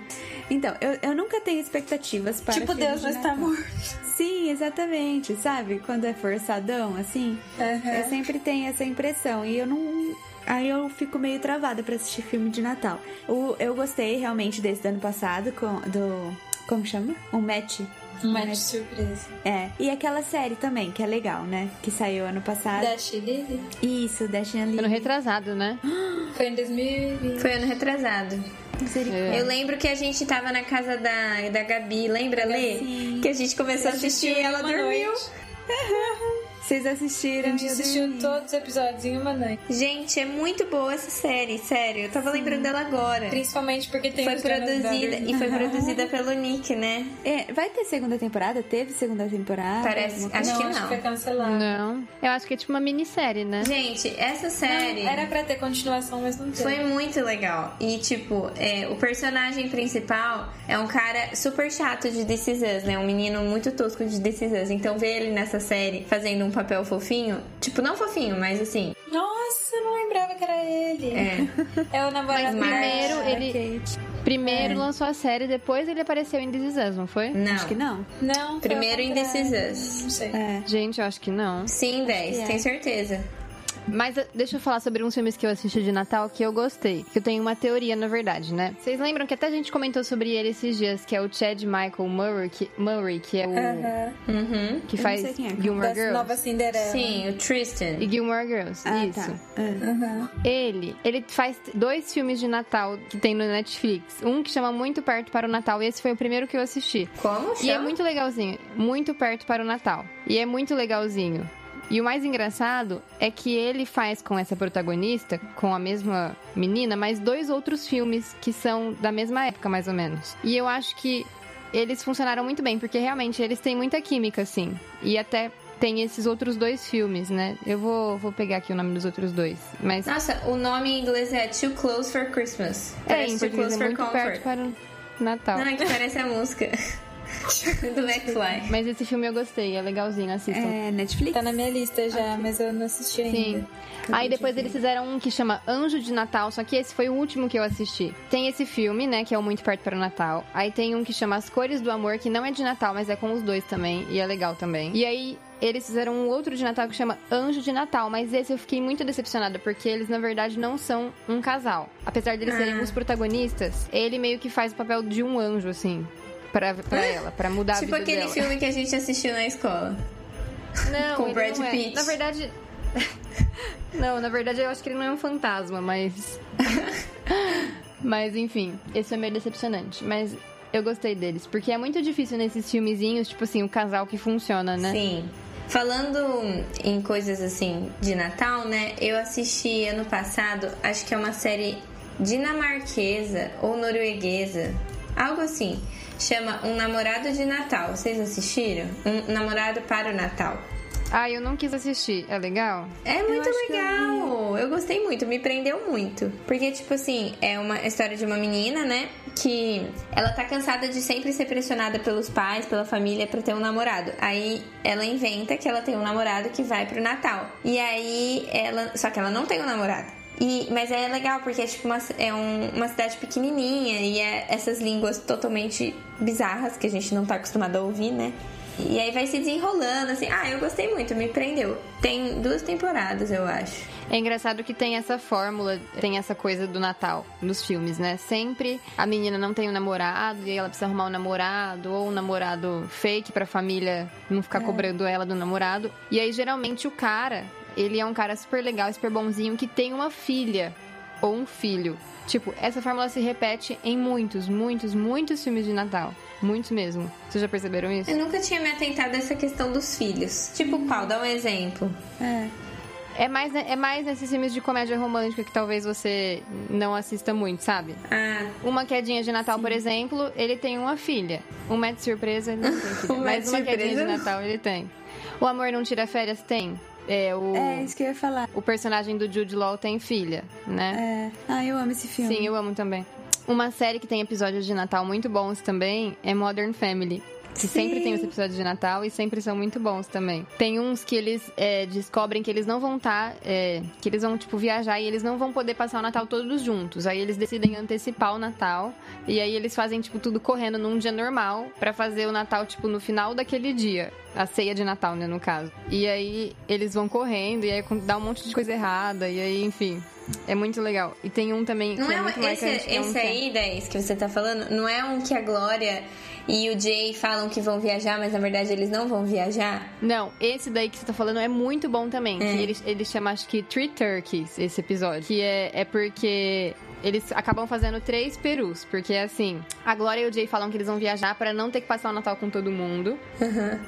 B: Então, eu, eu nunca tenho expectativas para.
E: tipo,
B: filmes
E: Deus
B: de
E: não está
B: Natal.
E: morto.
B: Sim, exatamente. Sabe? Quando é forçadão, assim.
D: É,
E: É.
B: Eu sempre tenho essa impressão. E eu não. Aí eu fico meio travada pra assistir filme de Natal. O, eu gostei realmente desse do ano passado, com, do. Como chama? O Match.
D: Uma de surpresa.
B: É. E aquela série também, que é legal, né? Que saiu ano passado.
D: Da Chile
B: Isso, Dashing
C: Foi no
B: Ali.
C: retrasado, né?
D: foi em 2020.
A: Foi ano retrasado.
D: É.
A: Eu lembro que a gente tava na casa da, da Gabi, lembra, Lê?
B: Sim.
A: Que a gente começou a assistir e ela
D: Uma
A: dormiu.
D: noite.
B: Vocês
D: A
B: assistiram?
D: gente
B: eu
D: assistiu
B: dormi.
D: todos os episódios em uma noite.
A: Gente, é muito boa essa série, sério. Eu tava lembrando dela agora.
D: Principalmente porque tem
A: Foi
D: os donos da
A: produzida
D: Barbie.
A: e foi produzida pelo Nick, né?
B: É, vai ter segunda temporada? Teve segunda temporada?
A: Parece-
B: Alguma coisa?
A: acho que
D: acho
A: não.
D: que foi cancelado.
C: Não. Eu acho que é tipo uma minissérie, né?
A: Gente, essa série
D: Era pra ter continuação, mas não teve.
A: foi muito legal. E, tipo, é, o personagem principal é um cara super chato de This Is Us, né? Um menino muito tosco de This Is Us. Então, ver ele nessa série fazendo um papel fofinho, tipo, não fofinho, mas assim,
D: Nossa, eu não lembrava que era ele.
A: é.
D: É o
A: Mas
D: namorado da
C: primeiro
D: Marge.
C: ele-
B: Kate.
C: Primeiro lançou a série, depois ele apareceu em This Is Us, não foi?
A: Não.
B: Acho que não.
D: Não, foi
A: Primeiro
D: ao
A: em
D: contrário.
A: This Is Us.
D: Não sei.
B: É.
C: Gente, eu acho que não.
A: Sim, 10,
B: que é.
A: tem certeza.
C: Mas eh, deixa eu falar sobre uns filmes que eu assisti de Natal que eu gostei. Que eu tenho uma teoria, na verdade, né? Vocês lembram que até a gente comentou sobre ele esses dias, que é o Chad Michael Murray, que, Murray, que é o.
D: Aham.
A: Uhum.
C: Que
B: Eu
C: faz
B: não sei quem é.
C: Gilmore
D: Da
C: Girls.
D: nova Cinderela.
A: Sim, o Tristan.
C: E Gilmore Girls,
B: Ah,
C: isso.
B: tá. Ah.
D: Aham.
C: Ele, ele faz dois filmes de Natal que tem no Netflix. Um que chama Muito Perto para o Natal, e esse foi o primeiro que eu assisti.
A: Como
C: E é
A: chama?
C: muito legalzinho. Muito perto para o Natal. E é muito legalzinho. E o mais engraçado é que ele faz com essa protagonista, com a mesma menina, mais dois outros filmes que são da mesma época, mais ou menos. E eu acho que eles funcionaram muito bem, porque realmente eles têm muita química, assim. E até tem esses outros dois filmes, né? Eu vou, vou pegar aqui o nome dos outros dois. Mas
A: Nossa, o nome em inglês é Too Close for Christmas.
C: é,
A: Parece
C: em
A: Too
C: português
A: Close
C: é
A: for
C: muito
A: Comfort.
C: perto para o Natal.
A: Não, é que parece a música do McFly.
C: Mas esse filme eu gostei, é legalzinho, assistam.
B: É, Netflix.
E: Tá na minha lista já, mas eu não assisti ainda.
C: Sim. Aí depois eles fizeram um que chama Anjo de Natal, só que esse foi o último que eu assisti. Tem esse filme, né, que é o Muito Perto para o Natal. Aí tem um que chama As Cores do Amor, que não é de Natal, mas é com os dois também, e é legal também. E aí eles fizeram um outro de Natal que chama Anjo de Natal, mas esse eu fiquei muito decepcionada, porque eles na verdade não são um casal. Apesar deles serem os protagonistas, ele meio que faz o papel de um anjo, assim. Pra, pra ela, pra mudar
A: Tipo
C: a vida
A: aquele
C: dela.
A: filme que a gente assistiu na escola.
C: Não,
A: Com
C: ele
A: Brad
C: não é.
A: Pitt.
C: Na verdade. não, na verdade eu acho que ele não é um fantasma, mas. mas enfim, esse foi meio decepcionante. Mas eu gostei deles, porque é muito difícil nesses filmezinhos, tipo assim, o casal que funciona, né?
A: Sim. Falando em coisas assim de Natal, né? Eu assisti ano passado, acho que é uma série dinamarquesa ou norueguesa, algo assim. Chama Um Namorado de Natal. Vocês assistiram? Um Namorado para o Natal.
C: Ah, eu não quis assistir. É legal?
A: É muito
E: acho que eu
A: legal. Eu gostei muito, me prendeu muito. Porque, tipo assim, é uma história de uma menina, né? Que ela tá cansada de sempre ser pressionada pelos pais, pela família, pra ter um namorado. Aí ela inventa que ela tem um namorado que vai pro Natal. E aí ela. Só que ela não tem um namorado. E- mas é legal porque é tipo uma, é um- uma cidade pequenininha e é essas línguas totalmente bizarras que a gente não tá acostumado a ouvir, né? E aí vai se desenrolando, assim. Ah, eu gostei muito, me prendeu. Tem duas temporadas, eu acho.
C: É engraçado que tem essa fórmula, tem essa coisa do Natal nos filmes, né? Sempre a menina não tem um namorado e aí ela precisa arrumar um namorado ou um namorado fake pra família não ficar cobrando ela do namorado. E aí geralmente o cara, ele é um cara super legal, super bonzinho que tem uma filha ou um filho. Tipo, essa fórmula se repete em muitos, muitos, muitos filmes de Natal. Muitos mesmo. Vocês já perceberam isso?
A: Eu nunca tinha me atentado a essa questão dos filhos. Tipo, qual? Dá um exemplo.
C: É mais, é mais nesses filmes de comédia romântica que talvez você não assista muito, sabe?
A: Ah,
C: Uma quedinha de Natal, por exemplo, ele tem uma filha. Um método de surpresa, ele não tem filha.
A: Um
C: mas
A: método de
C: uma quedinha
A: surpresa,
C: de
A: não.
C: Natal, ele tem. O Amor Não Tira Férias tem. É, o,
B: É, isso que eu ia falar.
C: o personagem do Jude Law tem filha, né?
B: É. Ah, eu amo esse filme.
A: um.
C: Sim, eu amo também. Uma série que tem episódios de Natal muito bons também é Modern Family. Que sempre tem os episódios de Natal e sempre são muito bons também. Tem uns que eles é, descobrem que eles não vão estar. que eles vão, tipo, viajar e eles não vão poder passar o Natal todos juntos. Aí eles decidem antecipar o Natal. E aí eles fazem, tipo, tudo correndo num dia normal pra fazer o Natal, tipo, no final daquele dia. A ceia de Natal, né, no caso. E aí eles vão correndo e aí dá um monte de coisa errada. E aí, enfim. É muito legal. E tem um também.
A: não
C: que
A: é, um-
C: muito
A: esse,
C: marcante, que é um
A: esse
C: que é-
A: aí, 10, que você tá falando, não é um que a Glória e o Jay falam que vão viajar, mas na verdade eles não vão viajar?
C: Não, esse daí que você tá falando é muito bom também. que
A: É.
C: Ele, ele chama, acho que, Three Turkeys, esse episódio. Que é, é porque eles acabam fazendo três perus. Porque, assim, a Glória e o Jay falam que eles vão viajar pra não ter que passar o Natal com todo mundo.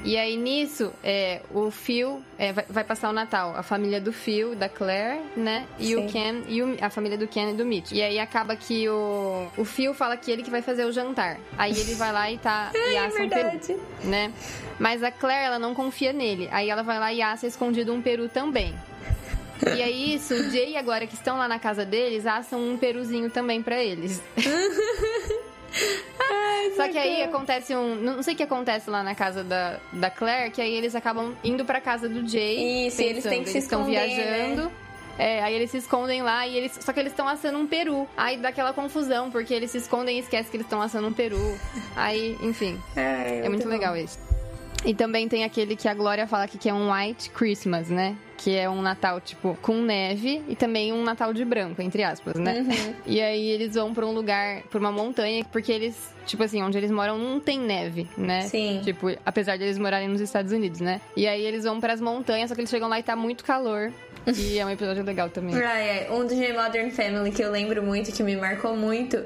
C: E aí, nisso, é, o Phil é, vai, vai passar o Natal. A família do Phil, da Claire, né? E o
A: Sim.
C: Ken, e o- a família do Ken e do Mitch. E aí, acaba que o, o Phil fala que ele que vai fazer o jantar. Aí, ele vai lá e tá... e assa um peru né? Mas a Claire, ela não confia nele. Aí ela vai lá e assa escondido um peru também. E aí isso, o Jay e a Glória que estão lá na casa deles, assam um peruzinho também pra eles. Só que aí acontece um... Não sei o que acontece lá na casa da, da Claire, que aí eles acabam indo pra casa do Jay.
A: Isso, e eles têm que se
C: estão
A: esconder, né?
C: viajando. É, aí eles se escondem lá e eles. Só que eles estão assando um peru. Aí dá aquela confusão, porque eles se escondem e esquecem que eles estão assando um peru. Aí, enfim.
A: Ah,
C: É muito legal esse. E também tem aquele que a Glória fala que que é um White Christmas, né? Que é um Natal, tipo, com neve e também um Natal de branco, entre aspas, né?
A: Uhum.
C: E aí eles vão pra um lugar, pra uma montanha, porque eles, tipo assim, onde eles moram não tem neve, né?
A: Sim.
C: Tipo, apesar de eles morarem nos Estados Unidos, né? E aí eles vão pras montanhas, só que eles chegam lá e tá muito calor. E é um episódio legal também.
A: Ah, é. Um dos de Modern Family que eu lembro muito, que me marcou muito,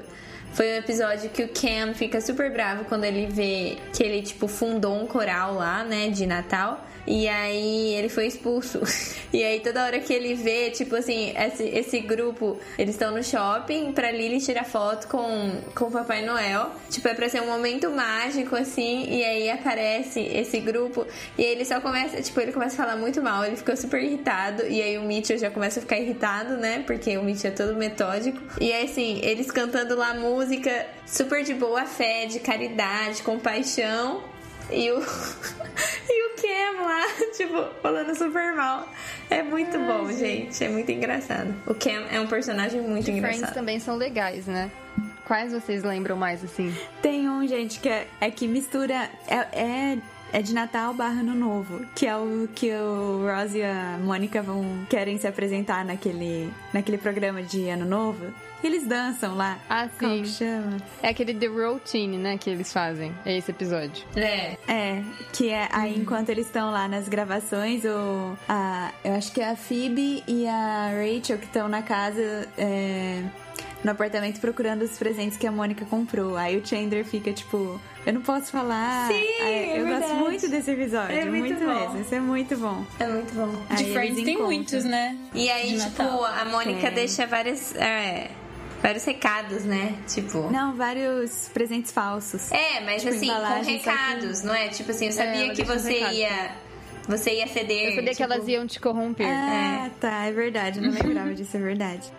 A: Foi um episódio que o Cam fica super bravo quando ele vê que ele, tipo, fundou um coral lá, né, de Natal. E aí ele foi expulso. E aí toda hora que ele vê, tipo assim, esse, esse grupo, eles estão no shopping pra Lily tirar foto com, com o Papai Noel. Tipo, é pra ser um momento mágico, assim, e aí aparece esse grupo. E aí ele só começa, tipo, ele começa a falar muito mal, ele ficou super irritado. E aí o Mitchell já começa a ficar irritado, né? Porque o Mitchell é todo metódico. E aí, assim, eles cantando lá música super de boa fé, de caridade, compaixão. E o, e o Cam lá, tipo, falando super mal. É muito bom, gente. É muito engraçado. O Cam é um personagem muito
C: Friends
A: engraçado.
C: também são legais, né? Quais vocês lembram mais, assim?
B: Tem um, gente, que é, é que mistura. É, é, é de Natal barra Ano Novo. Que é o que o Ross e a Mônica vão querem se apresentar naquele, naquele programa de Ano Novo. E eles dançam lá.
C: Ah,
B: Como que
C: sim.
B: chama?
C: É aquele The Routine, né? Que eles fazem. É esse episódio.
A: É.
B: É, que é aí enquanto eles estão lá nas gravações, o, a, eu acho que é a Phoebe e a Rachel que estão na casa, é, no apartamento, procurando os presentes que a Mônica comprou. Aí o Chandler fica tipo, eu não posso falar.
A: Sim,
B: Aí,
A: é
B: eu gosto
A: verdade.
B: muito desse episódio,
A: É muito bom.
B: mesmo. Isso é muito bom.
A: É muito bom.
B: Aí
D: De
B: eles
D: Friends tem
B: encontram.
D: muitos, né?
A: E aí,
D: De
A: tipo,
D: Natal.
A: a Mônica
B: Tem.
A: deixa várias, é, vários recados, né? Tipo.
B: Não, vários presentes falsos.
A: É, mas
B: Tipo,
A: assim, com
B: embalagem, só que-
A: recados, não é? Tipo assim, eu sabia
C: ela
A: que
C: deixa uns
A: você
C: recados.
A: ia. Você ia ceder.
C: Eu sabia que
A: tipo,
C: elas iam te corromper.
B: Ah, tá, é verdade. Eu não lembrava disso, é verdade.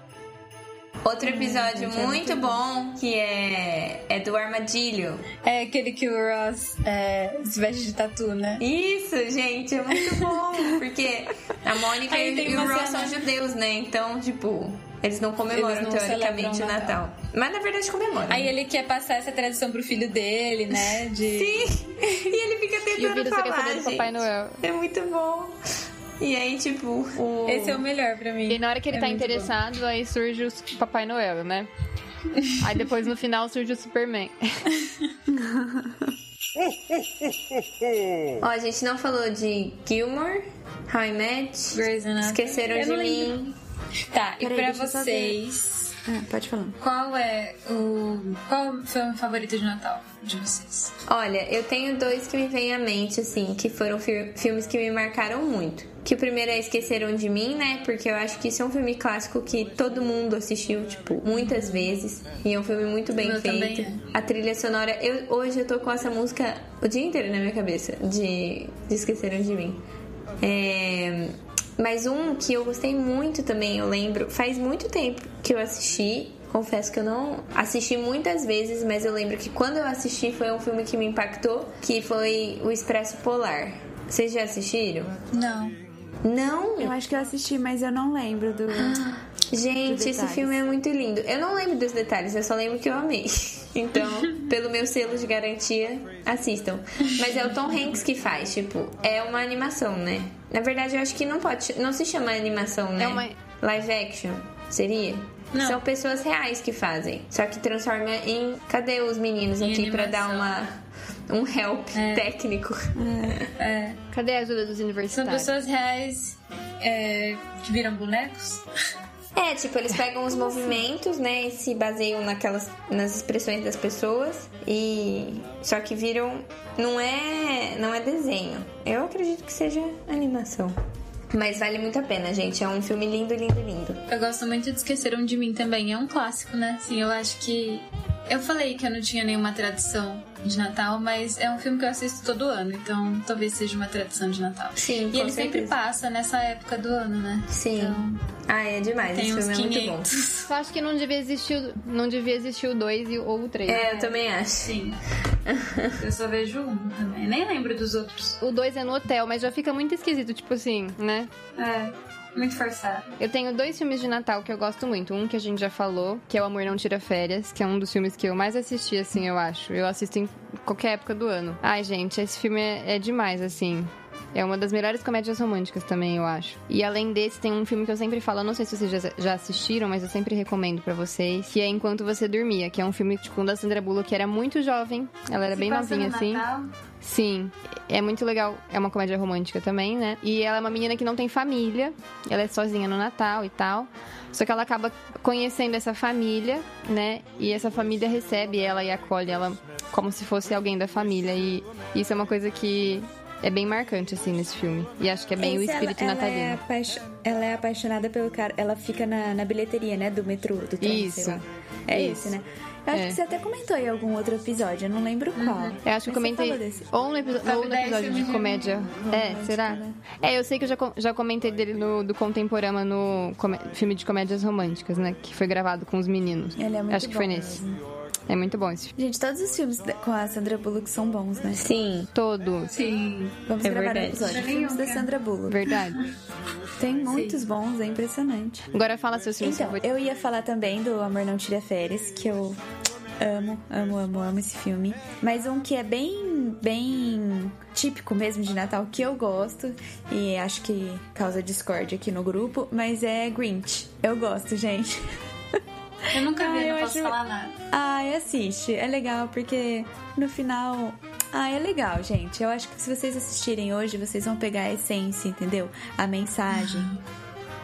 A: Outro episódio muito bom que é, é do armadilho.
D: É aquele que o Ross é, se veste de tatu, né?
A: Isso, gente, é muito bom. Porque a Mônica
D: Aí
A: e,
D: tem
A: e o
D: uma
A: Ross
D: cena-
A: são judeus, né? Então, tipo, eles não comemoram
D: Eles não
A: teoricamente o
D: celebram o
A: Natal. Mas na verdade comemoram.
D: Aí
A: né?
D: ele quer passar essa tradição pro filho dele, né? De...
A: Sim! E ele fica
C: E o
A: tentando
C: vírus quer
A: falar,
C: saber do Papai
A: gente.
C: Noel.
A: É muito bom. E aí, tipo, o...
D: Esse é o melhor pra mim.
C: E na hora que ele
D: É
C: tá
D: muito bom.
C: interessado, aí surge o Papai Noel, né? Aí depois no final surge o Superman.
A: Ó, a gente não falou de Gilmore, How I Met,
D: Grey's Anatomy.
A: Esqueceram
D: Eu
A: de
D: não lembro.
A: Mim.
D: Tá, e
B: Peraí,
D: pra
B: deixa eu só ver.
D: vocês,
B: Ah, pode falar.
D: qual é o. Qual o filme favorito de Natal de vocês?
A: Olha, eu tenho dois que me vêm à mente, assim, que foram fi- filmes que me marcaram muito. Que o primeiro é Esqueceram de Mim, né? Porque eu acho que isso é um filme clássico que todo mundo assistiu, tipo, muitas vezes. E é um filme muito bem
D: meu também
A: feito. A trilha sonora. Eu, hoje eu tô com essa música o dia inteiro na minha cabeça, de, de Esqueceram de Mim. É, Mas um que eu gostei muito também, eu lembro, faz muito tempo que eu assisti. Confesso que eu não assisti muitas vezes, mas eu lembro que quando eu assisti foi um filme que me impactou, que foi O Expresso Polar. Vocês já assistiram?
D: Não.
A: Não?
B: Eu acho que eu assisti, mas eu não lembro do.
A: Gente, esse
B: detalhes.
A: filme é muito lindo. Eu não lembro dos detalhes, eu só lembro que eu amei. Então, pelo meu selo de garantia, assistam. Mas é o Tom Hanks que faz, tipo, é uma animação, né? Na verdade, eu acho que não pode, não se chama animação, né?
C: É uma-
A: Live action seria?
D: Não.
A: São pessoas reais que fazem, só que transforma em Cadê os meninos
D: Em
A: aqui pra dar
D: animação.
A: uma um help
D: É.
A: técnico?
D: É,
C: Cadê a ajuda dos
D: são
C: universitários?
D: pessoas reais é, que viram bonecos?
A: É, tipo, eles pegam os movimentos, né, e se baseiam naquelas, nas expressões das pessoas e só que viram não é, não é desenho. Eu acredito que seja animação. Mas vale muito a pena, gente. É um filme lindo, lindo, lindo.
D: Eu gosto muito de Esqueceram de Mim também. É um clássico, né? Assim, eu acho que. Eu falei que eu não tinha nenhuma tradição de Natal, mas é um filme que eu assisto todo ano, então talvez seja uma tradição de Natal.
A: Sim,
D: E ele sempre passa nessa época do ano, né?
A: Sim.
D: Então,
A: Ah, é demais.
D: tem
A: Esse
D: uns
A: filme é muito
D: 500.
C: Eu acho que não devia existir, o- não devia existir o 2 ou o 3.
A: bom. É, eu também acho.
D: Sim. Eu só vejo um também. Nem lembro dos outros.
C: O 2 é no hotel, mas já fica muito esquisito, tipo assim, né?
D: É, muito forçado.
C: Eu tenho dois filmes de Natal que eu gosto muito. Um que a gente já falou, que é O Amor Não Tira Férias, que é um dos filmes que eu mais assisti, assim, eu acho. Eu assisto em qualquer época do ano. Ai, gente, esse filme é, é demais, assim. É uma das melhores comédias românticas também, eu acho. E além desse, tem um filme que eu sempre falo, eu não sei se vocês já, já assistiram, mas eu sempre recomendo pra vocês, que é Enquanto Você Dormia, que é um filme tipo, um da Sandra Bullock, que era muito jovem, ela era
D: Se
C: bem
D: passa
C: novinha
D: no
C: assim.
D: Natal,
C: Sim, é muito legal. É uma comédia romântica também, né? E ela é uma menina que não tem família, ela é sozinha no Natal e tal. Só que ela acaba conhecendo essa família, né? E essa família recebe ela e acolhe ela como se fosse alguém da família. E isso é uma coisa que é bem marcante, assim, nesse filme. E acho que é bem o
B: Esse,
C: espírito
B: ela, ela é,
C: natalino.
B: apaixo- ela é apaixonada pelo cara. Ela fica na, na bilheteria, né? Do metrô, do trem,
C: Isso.
B: sei lá. É
C: Isso.
B: isso, né? Eu acho
C: É. Uhum.
B: que você até comentou em algum outro episódio, eu não lembro
C: Eu
B: qual.
C: acho que eu
B: Mas você
C: comentei.
B: falou desse.
C: Ou no, episo- ou no
D: 10
C: episódio de
D: filmes de
C: comédia. É,
B: romântico,
C: será?
B: né?
C: É, eu sei que eu já, com- já comentei dele no do Contemporama no come- filme de comédias românticas, né? Que foi gravado com os meninos.
B: Ele é muito
C: Acho que foi
B: bom
C: nesse. É muito bom esse filme.
B: Gente, todos os filmes da- com a Sandra Bullock são bons, né?
A: Sim.
C: Todo.
D: Sim.
B: Vamos
A: É
B: gravar
A: verdade.
B: um episódio.
D: Nenhum,
B: Filmes da
D: cara.
B: Sandra Bullock.
C: Verdade.
B: Tem muitos bons, é impressionante.
C: Agora fala seus filmes
B: Então,
C: favoritos.
B: eu ia falar também do Amor Não Tira Férias, que eu amo, amo, amo, amo esse filme. Mas um que é bem, bem típico mesmo de Natal, que eu gosto, e acho que causa discórdia aqui no grupo, mas é Grinch. Eu gosto, gente.
D: Eu nunca vi,
B: Ah, eu
D: não posso
B: acho-
D: falar nada.
B: Ai, assiste. É legal porque no final. Ah, é legal, gente. Eu acho que se vocês assistirem hoje, vocês vão pegar a essência, entendeu? A mensagem.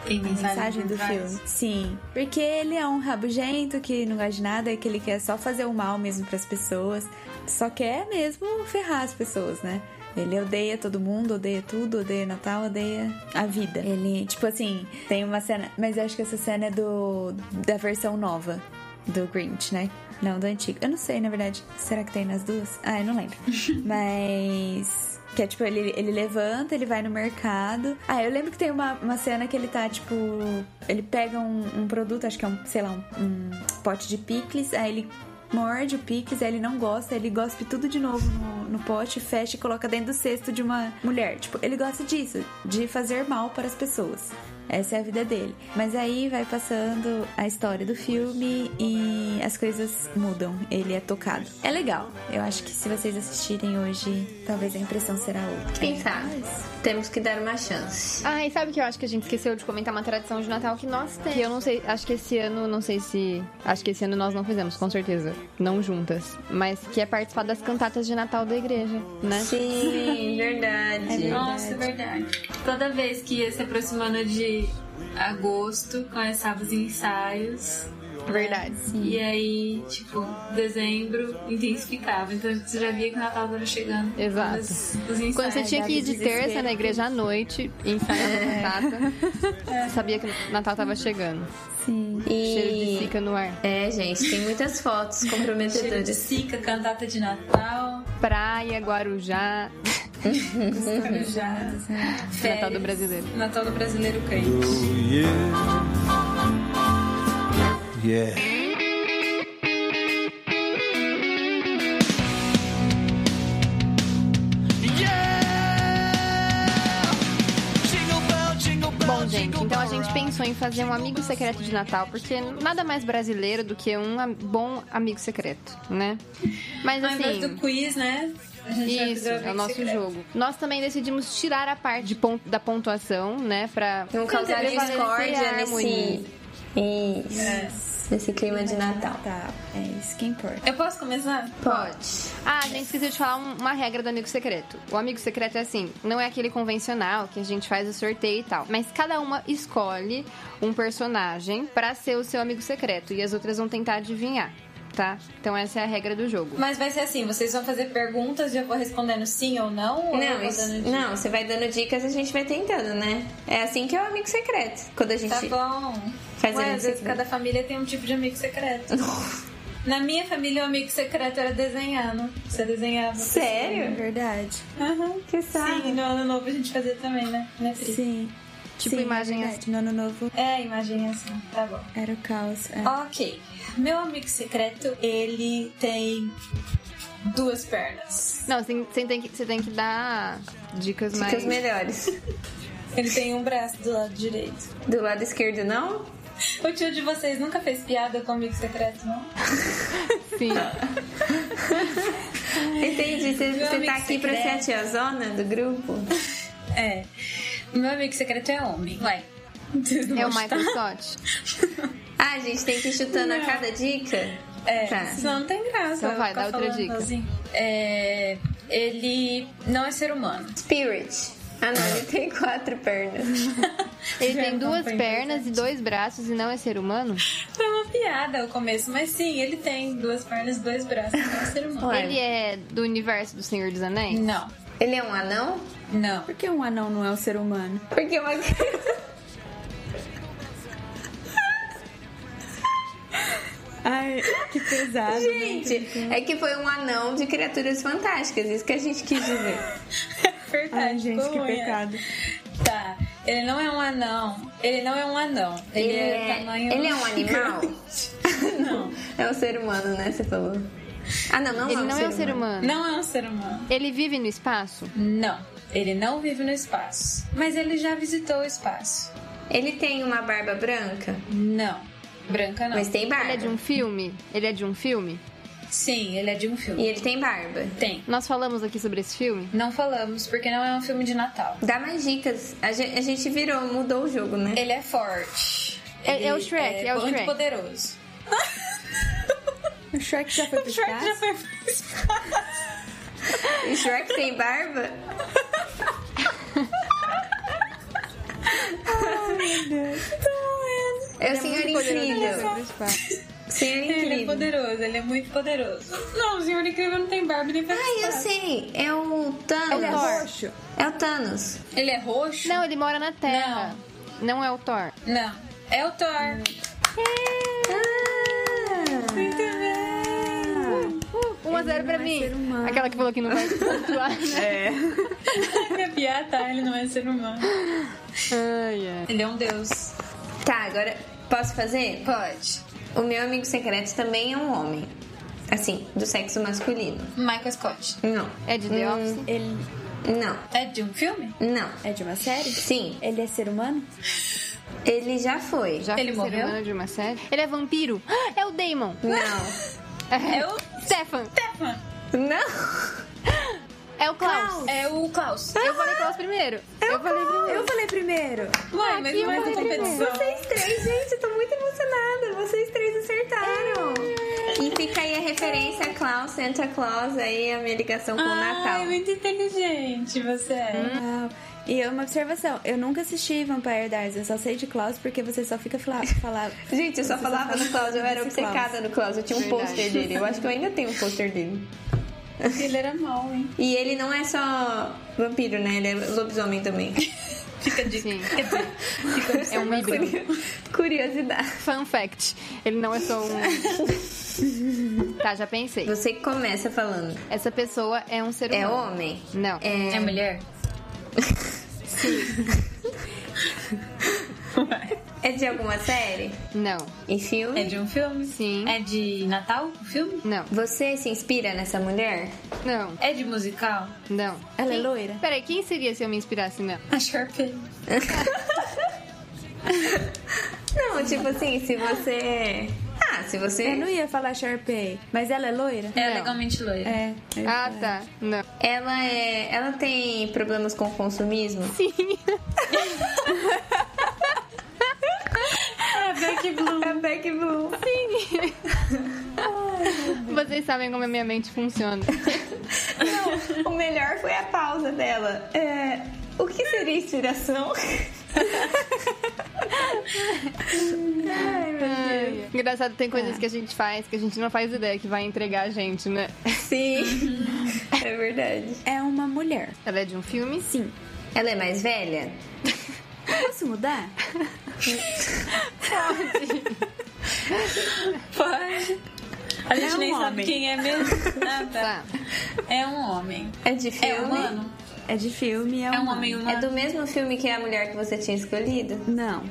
D: Tem
B: A
D: mensagem,
B: mensagem
D: por
B: do
D: trás.
B: filme. Sim. Porque ele é um rabugento que não gosta de nada, e que ele quer só fazer o mal mesmo pras pessoas. Só quer mesmo ferrar as pessoas, né? Ele odeia todo mundo, odeia tudo, odeia Natal, odeia a vida. Ele, tipo assim, tem uma cena. Mas eu acho que essa cena é do. da versão nova do Grinch, né? Não, do antigo. Eu não sei, na verdade. Será que tem nas duas? Ah, eu não lembro. Mas. Que é tipo, ele, ele levanta, ele vai no mercado. Ah, eu lembro que tem uma, uma cena que ele tá, tipo. Ele pega um, um produto, acho que é um, sei lá, um, um pote de picles, aí ele morde o picles, aí ele não gosta, ele gospe tudo de novo no, no pote, fecha e coloca dentro do cesto de uma mulher. Tipo, ele gosta disso, de fazer mal para as pessoas. Essa é a vida dele. Mas aí vai passando a história do filme e as coisas mudam. Ele é tocado. É legal. Eu acho que se vocês assistirem hoje, talvez a impressão será outra.
A: Quem sabe? Temos que dar uma chance.
C: Ah, e sabe que eu acho que a gente esqueceu de comentar uma tradição de Natal que nós temos? Que eu não sei, acho que esse ano, não sei se. Acho que esse ano nós não fizemos, com certeza. Não juntas. Mas que é participar das cantatas de Natal da igreja, né?
A: Sim, verdade.
D: Nossa, é verdade. Toda vez que ia se aproximando de agosto, começava os ensaios.
C: Verdade.
D: E aí, tipo, dezembro intensificava. Então você já via que o Natal tava chegando.
C: Exato.
D: Os, os ensaios.
C: Quando você tinha que ir de
B: Saudade, desespero.
C: terça na igreja à noite,
A: É.
C: ensaiar batata, sabia que o Natal tava chegando.
B: Sim.
C: Cheiro de
A: E
C: zica no ar.
A: é, gente, tem muitas fotos
D: Cheiro de
A: comprometedoras.
D: Sica, cantata de Natal,
C: Praia, Guarujá, é
D: corujadas,
C: Uhum. Natal do brasileiro.
D: Natal do brasileiro crente.
F: Oh, yeah. Yeah.
C: Bom, gente, então a gente pensou em fazer um amigo secreto de Natal, porque nada mais brasileiro do que um am- bom amigo secreto, né? Mas
D: Ao invés do
C: assim.
D: quiz, né? A gente vai
C: Isso,
D: fazer
C: é o nosso
D: secreto.
C: jogo. Nós também decidimos tirar a parte de pon- da pontuação, né? Pra
A: Não causar
C: prevalecer
A: discórdia
C: a harmonia.
A: nesse.
D: É.
A: Isso. Nesse clima de Natal.
B: Tá, é isso que importa.
D: Eu posso começar?
A: Pode.
C: Ah, a gente esqueceu de falar um- uma regra do amigo secreto. O amigo secreto é assim, não é aquele convencional que a gente faz o sorteio e tal, mas cada uma escolhe um personagem pra ser o seu amigo secreto e as outras vão tentar adivinhar, tá? Então essa é a regra do jogo.
D: Mas vai ser assim, vocês vão fazer perguntas e eu vou respondendo sim ou não? ou eu
A: Não,
D: vou
A: isso-
D: dando dica?
A: não, você vai dando dicas e a gente vai tentando, né? É assim que é o amigo secreto. Quando a gente.
D: Tá bom.
A: Faz
D: Ué,
A: amigo
D: às vezes
A: secreto.
D: cada família tem um tipo de amigo secreto. Na minha família, o amigo secreto era desenhando. Você desenhava.
B: É
A: Sério? Tá.
B: verdade.
D: Aham.
A: Que saco.
D: Sim, né? no ano novo a gente fazia também, né? Na tri.
B: Sim.
C: Tipo
B: Sim,
C: imagem
B: é verdade. No ano novo
D: É, imagem assim. Tá bom.
B: era o caos. é.
D: Ok. Meu amigo secreto, ele tem duas pernas.
C: Não, você você tem que, você tem que dar dicas,
A: Dicas
C: mais...
A: melhores.
D: Ele tem um braço do lado direito.
A: Do lado esquerdo, não?
D: O tio de vocês nunca fez piada com amigo secreto, não?
C: Sim.
A: Entendi. Você,
D: Meu
A: você
D: amigo
A: tá aqui pra ser a
D: secreto.
A: tiazona do grupo?
D: É. Meu amigo secreto é homem. Ué.
C: É o Michael Scott.
A: Ah, gente, tem que ir chutando a cada dica?
D: É,
A: Tá.
D: senão não tem graça.
C: Então
D: eu
C: vai,
D: ficar
C: dá outra
D: falando
C: dica.
D: sozinho. É, ele não é ser humano.
A: Spirit. Ah, não, ele tem quatro pernas.
C: Ele
D: Já
C: tem
D: não
C: duas
D: tem
C: pernas e dois braços e não é ser humano?
D: Foi uma piada o começo, mas sim, ele tem duas pernas, dois braços, não é ser humano.
A: Ué.
C: Ele é do universo do Senhor dos Anéis?
D: Não,
A: Ele é um anão?
D: não.
B: Por que um anão não é um ser humano?
A: Porque é uma.
B: Ai, que pesado. né?
A: Gente, é que foi um anão de criaturas fantásticas, isso que a gente quis dizer.
D: Verdade,
B: Ai, gente, que
D: ficou ruim, é.
B: pecado.
D: Tá, ele não é um anão. Ele não é um anão. Ele, é, tamanho.
A: ele é um animal?
D: Não.
A: É um ser humano, né? Você falou. Ah, não, não,
C: Ele não é um ser humano.
D: Não é um ser humano.
C: Ele vive no espaço?
D: Não. Ele não vive no espaço. Mas ele já visitou o espaço.
A: Ele tem uma barba branca,
D: Não. Branca não.
A: mas tem barba.
C: Ele é de um filme? Ele é de um filme?
D: Sim, ele é de um
A: E
D: filme.
A: ele tem barba.
D: Tem.
C: Nós falamos aqui sobre esse filme?
D: Não falamos, porque não é um filme de Natal.
A: Dá mais dicas. A gen- a gente virou, mudou o jogo, né?
D: Ele é forte.
C: É-
D: Ele
C: é o Shrek, é o
D: muito
C: Shrek.
D: poderoso.
B: O Shrek já foi pro espaço?
D: foi pro espaço.
C: É.
A: O Shrek tem barba? É o Senhor Incrível. Senhor
D: Ele é
A: Incrível.
D: poderoso, ele é muito poderoso. Não, o Senhor Incrível não tem barba nem pra
A: Ah, eu sei. É o
C: Ele é
A: Thanos.
C: Thor.
B: Roxo.
A: É o Thanos.
D: Ele é roxo?
C: Não, ele mora na Terra. Não, é o Thor.
D: Não. É o Thor.
A: Ah,
D: Muito bem.
C: 1x0 pra
B: não é
C: mim.
B: ser humano.
C: Aquela que falou que não vai pontuar, né?
B: É.
D: Minha piada, tá? ele não é ser humano.
C: Ai, ai.
D: Ele é um deus.
A: Tá, agora posso fazer?
D: Pode.
A: O meu amigo secreto também é um homem. Assim, do sexo masculino.
D: Michael Scott.
A: Não.
C: É de The Office?
B: Ele
A: Não.
D: É de um filme?
A: Não.
B: é de uma série?
A: Sim.
B: Ele é ser humano?
A: Ele já foi.
C: Já
D: Ele
C: foi ser
D: morreu?
C: humano de uma série? Ele é vampiro? Ah, É o Damon.
A: Não.
D: É o
C: Stefan.
D: Stefan.
A: Não.
C: É o Klaus.
D: É o Klaus.
C: Eu falei Klaus primeiro. Eu falei primeiro.
B: Eu falei primeiro.
D: Ué, mas
C: que
D: não é uma
C: maravilha.
D: competição.
A: Vocês três, gente, eu tô muito emocionada. Vocês três acertaram. E fica aí a referência a Klaus, Santa Claus, aí a minha ligação com o Natal.
D: Ai, muito inteligente você é.
B: Uau. E é uma observação, eu nunca assisti Vampire Diaries, eu só sei de Klaus porque você só fica fala- falar...
A: Gente, eu só falava no Klaus, eu era obcecada no Klaus, eu tinha um
C: Verdade.
A: pôster dele. Eu acho que eu ainda tenho um pôster dele.
D: Ele era mal, é hein?
A: E ele não é só vampiro, né? Ele é lobisomem também.
D: Fica de...
C: Sim.
D: Fica
C: É um híbrido.
A: Curiosidade.
C: Fun fact. Ele não é só um... tá, já pensei.
A: Você que começa falando.
C: Essa pessoa é um ser
A: É
C: humano.
A: homem?
C: Não.
D: É mulher?
A: É de alguma série?
C: Não.
A: E filme?
D: É de um filme?
C: Sim.
D: É de Natal, o filme?
C: Não.
A: Você se inspira nessa mulher?
C: Não.
D: É de musical?
C: Não.
B: Ela é loira?
C: Peraí, quem seria se eu me inspirasse nela?
D: A Sharpay.
A: Não, tipo assim, se você. Ah, se
B: Eu não
A: você.
B: ia falar Sharpay, mas ela é loira?
D: É
C: Não.
D: legalmente loira.
B: É. eu ia
C: Ah,
B: falar.
C: tá. Não.
A: Ela é. Ela tem problemas com consumismo?
C: Sim.
D: É Black Blue.
A: A Beck Blue.
C: Vocês sabem como a minha mente funciona.
A: Não, o melhor foi a pausa dela. É, o que seria inspiração?
C: Ai, Engraçado, tem coisas que a gente faz que a gente não faz ideia que vai entregar a gente, né?
A: Sim, é verdade.
B: É uma mulher.
C: Ela é de um filme?
B: Sim.
A: Ela é mais velha?
B: Posso mudar?
D: Pode. A gente
B: É um
D: nem sabe
B: homem.
D: quem é mesmo. Ah, tá.
C: Tá.
D: É um homem.
A: É de filme?
D: É humano?
B: É de filme, é,
D: É um
B: uma-
D: homem
A: É
D: humano.
A: do mesmo filme que a mulher que você tinha escolhido?
B: Não,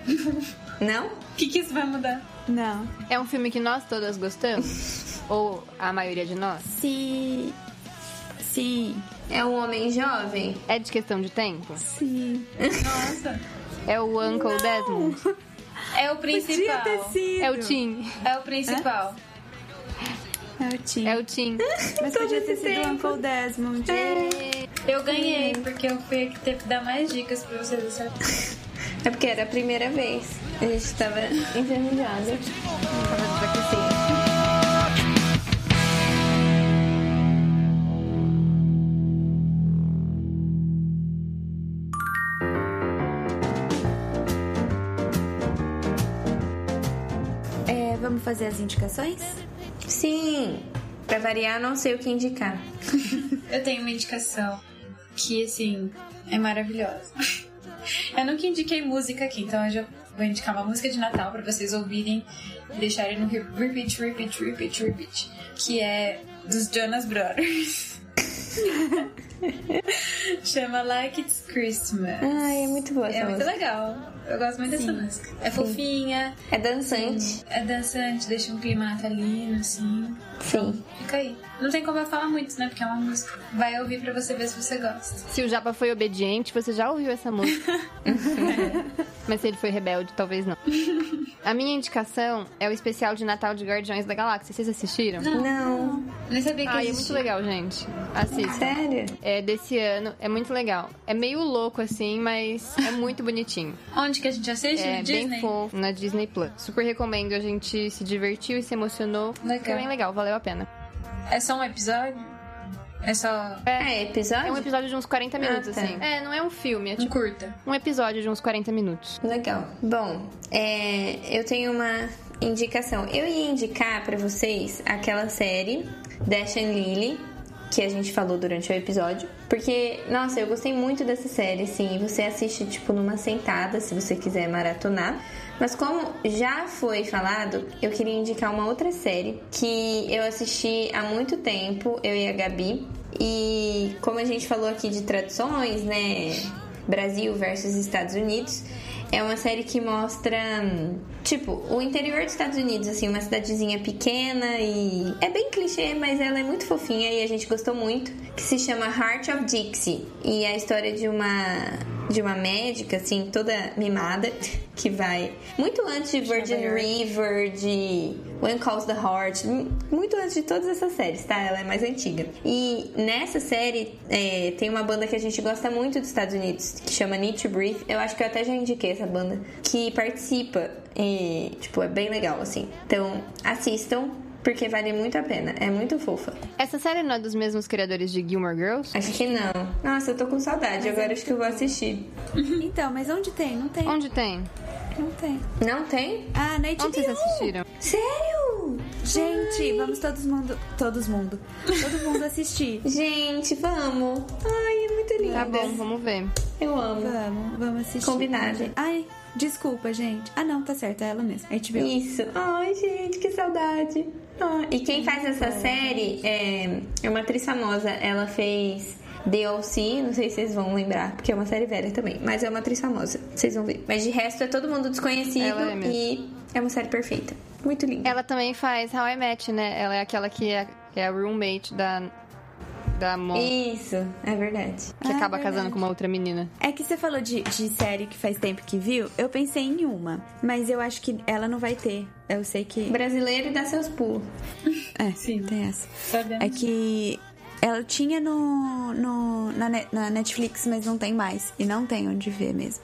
A: Não?
D: O que, que isso vai mudar?
B: não.
C: É um filme que nós todas gostamos? Ou a maioria de nós?
B: Sim. Sim.
A: É um homem jovem?
C: É de questão de tempo?
B: Sim.
D: Nossa.
C: É o Uncle Desmond?
D: É o
B: Podia
D: principal.
B: ter sido.
C: É o Tim?
D: É o principal.
B: É o Tim.
C: É o Tim.
B: É. Mas podia ter sido o Uncle Desmond.
D: Eu ganhei, porque eu fui a que teve que dar mais dicas pra vocês acertarem.
A: É porque era a primeira vez. A gente tava enferrujada. Tava desaquecida.
B: É, vamos fazer as indicações?
A: Sim. Pra variar, não sei o que indicar.
D: Eu tenho uma indicação que, assim, é maravilhosa. Eu nunca indiquei música aqui, então hoje eu vou indicar uma música de Natal pra vocês ouvirem e deixarem no re- repeat, repeat, repeat, repeat. Que é dos Jonas Brothers. Chama Like It's Christmas.
A: Ai, é muito boa essa
D: É muito
A: música.
D: legal. Eu gosto muito dessa música. É fofinha,
A: É dançante.
D: é dançante, deixa um clima natalino, assim.
A: Sim.
D: Fica aí. Não tem como eu falar muito, né? Porque é uma música. Vai ouvir pra você ver se você gosta.
C: Se o Japa foi obediente, você já ouviu essa música. Mas se ele foi rebelde, talvez não. A minha indicação é o especial de Natal de Guardiões da Galáxia. Vocês assistiram?
A: Não.
D: Nem sabia que
C: Ai, é muito
D: existia.
C: legal, gente. Assista.
A: Sério?
C: É desse ano, é muito legal. É meio louco assim, mas é muito bonitinho.
D: Onde que a gente assiste?
C: É
D: Disney?
C: bem fofo na Disney Plus. Super recomendo, a gente se divertiu e se emocionou.
D: Legal.
C: Foi bem legal, valeu a pena.
D: É só um episódio? É só
A: É, episódio?
C: É um episódio de uns 40 minutos,
A: tá.
C: assim. É, não é um filme, é
D: um
C: tipo
D: curta?
C: um episódio de uns 40 minutos.
A: Legal. Bom, é, eu tenho uma indicação. Eu ia indicar pra vocês aquela série Dash and Lily que a gente falou durante o episódio, porque nossa, eu gostei muito dessa série, assim, você assiste tipo numa sentada, se você quiser maratonar. Mas como já foi falado, eu queria indicar uma outra série que eu assisti há muito tempo, eu e a Gabi, e como a gente falou aqui de tradições, né, Brasil versus Estados Unidos. É uma série que mostra, hum, tipo, o interior dos Estados Unidos, assim, uma cidadezinha pequena e. É bem clichê, mas ela é muito fofinha e a gente gostou muito. Que se chama Heart of Dixie. E é a história de uma. De uma médica, assim, toda mimada, que vai. Muito antes de Virgin River, de One Calls the Heart, hum, muito antes de todas essas séries, tá? Ela é mais antiga. E nessa série é, tem uma banda que a gente gosta muito dos Estados Unidos, que chama Need to Breathe. Eu acho que eu até já indiquei essa banda, que participa. E, tipo, é bem legal, assim. Então, assistam, porque vale muito a pena. É muito fofa.
C: Essa série não é dos mesmos criadores de Gilmore Girls?
A: Acho que não. Nossa, eu tô com saudade. Agora acho que eu vou assistir.
B: Então, mas onde tem? Não tem.
C: Onde tem?
B: Não tem.
A: Não tem?
B: Ah, na HBO.
C: Onde vocês assistiram?
A: Sério?
B: Gente, vamos todos mundo... Todos mundo. Todo mundo assistir.
A: Gente, vamos. Ai, é muito lindo.
C: Tá bom, vamos ver.
A: Eu amo.
B: Vamos, vamos assistir.
A: Combinado.
B: Ai, desculpa, gente. Ah, não, tá certo. É ela mesma. HBO.
A: Isso. Ai, gente, que saudade. Ai, E quem faz essa série é, é uma atriz famosa. Ela fez DLC, não sei se vocês vão lembrar, porque é uma série velha também, mas é uma atriz famosa, vocês vão ver. Mas de resto é todo mundo desconhecido
C: Ela é mesmo.
A: e é uma série perfeita. Muito linda.
C: Ela também faz How I Met, né? Ela é aquela que é, que é a roommate da, da Mon,
A: Isso, é verdade.
C: que
B: Ah,
C: acaba
B: verdade.
C: casando com uma outra menina.
B: É que você falou de, de série que faz tempo que viu. Eu pensei em uma. Mas eu acho que ela não vai ter. Eu sei que.
A: Brasileiro dá seus pulos.
B: É, Sim. tem essa.
D: Sabemos.
B: É que ela tinha no, no- na, Ne- na Netflix, mas não tem mais. E não tem onde ver mesmo.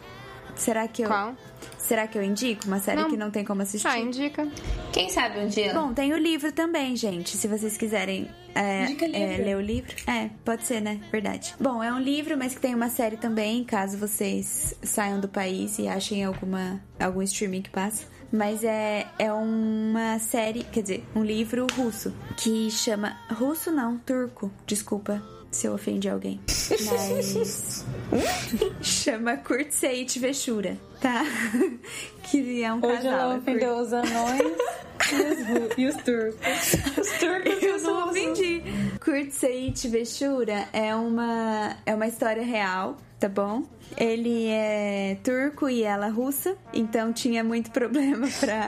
B: Será que eu.
C: Qual?
B: Será que eu indico uma série
C: Não.
B: que não tem como assistir?
C: Ah, indica.
A: Quem sabe um dia.
B: Bom, tem o livro também, gente. Se vocês quiserem é,
D: Indica livro.
B: é, ler o livro. É, pode ser, né? Verdade. Bom, é um livro, mas que tem uma série também, caso vocês saiam do país e achem alguma, algum streaming que passa. Mas é, é uma série, quer dizer, um livro russo, que chama... Russo não, turco. Desculpa se eu ofendi alguém. Mas... chama Kurtseit Veshura, tá? Que é um
E: Hoje
B: casal.
E: ela
B: é por-
E: ofendeu os anões e os, ru- e os turcos. Os turcos
B: Eu não ofendi. Kurtseit Veshura é uma, é uma história real, tá bom? Ele é turco e ela russa, então tinha muito problema pra,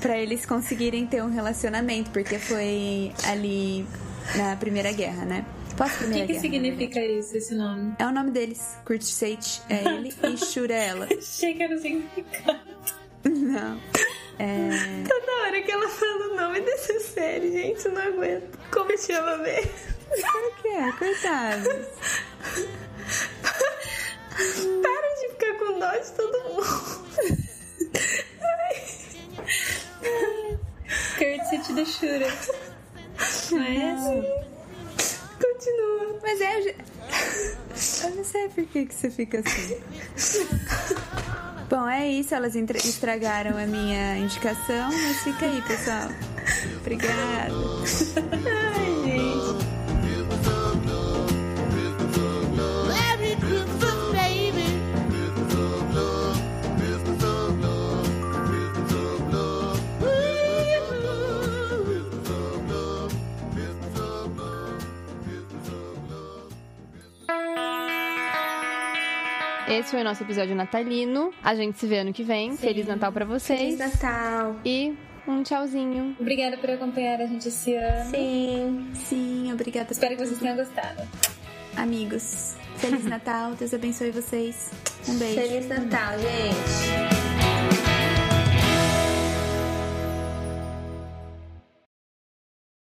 B: pra eles conseguirem ter um relacionamento, porque foi ali na Primeira Guerra, né?
D: O que,
B: Pós-Primeira
D: que
B: Guerra.
D: significa isso, esse nome?
B: É o nome deles. Kurtseit é ele e Shura é ela.
D: Achei que era o significado.
B: Não. É...
A: Toda hora que ela fala o nome dessa série, gente, eu não aguento. Como chama mesmo?
B: Como que é? Coitados.
A: Para de ficar com dó de todo mundo.
D: Curtis de Shura.
A: Continua.
B: é Mas é. ge- Eu não sei por que, que você fica assim. Bom, é isso. Elas entre- estragaram a minha indicação, mas fica aí, pessoal. Obrigada.
F: Merry Christmas, baby.
C: Esse foi o nosso episódio natalino. A gente se vê ano que vem. Feliz Natal pra vocês.
A: Feliz Natal.
C: E um tchauzinho.
D: Obrigada por acompanhar a gente esse ano.
A: Sim.
B: Sim, obrigada.
D: Espero que vocês tenham gostado.
B: Amigos, Feliz Natal. Deus abençoe vocês. Um beijo.
A: Feliz Natal, gente.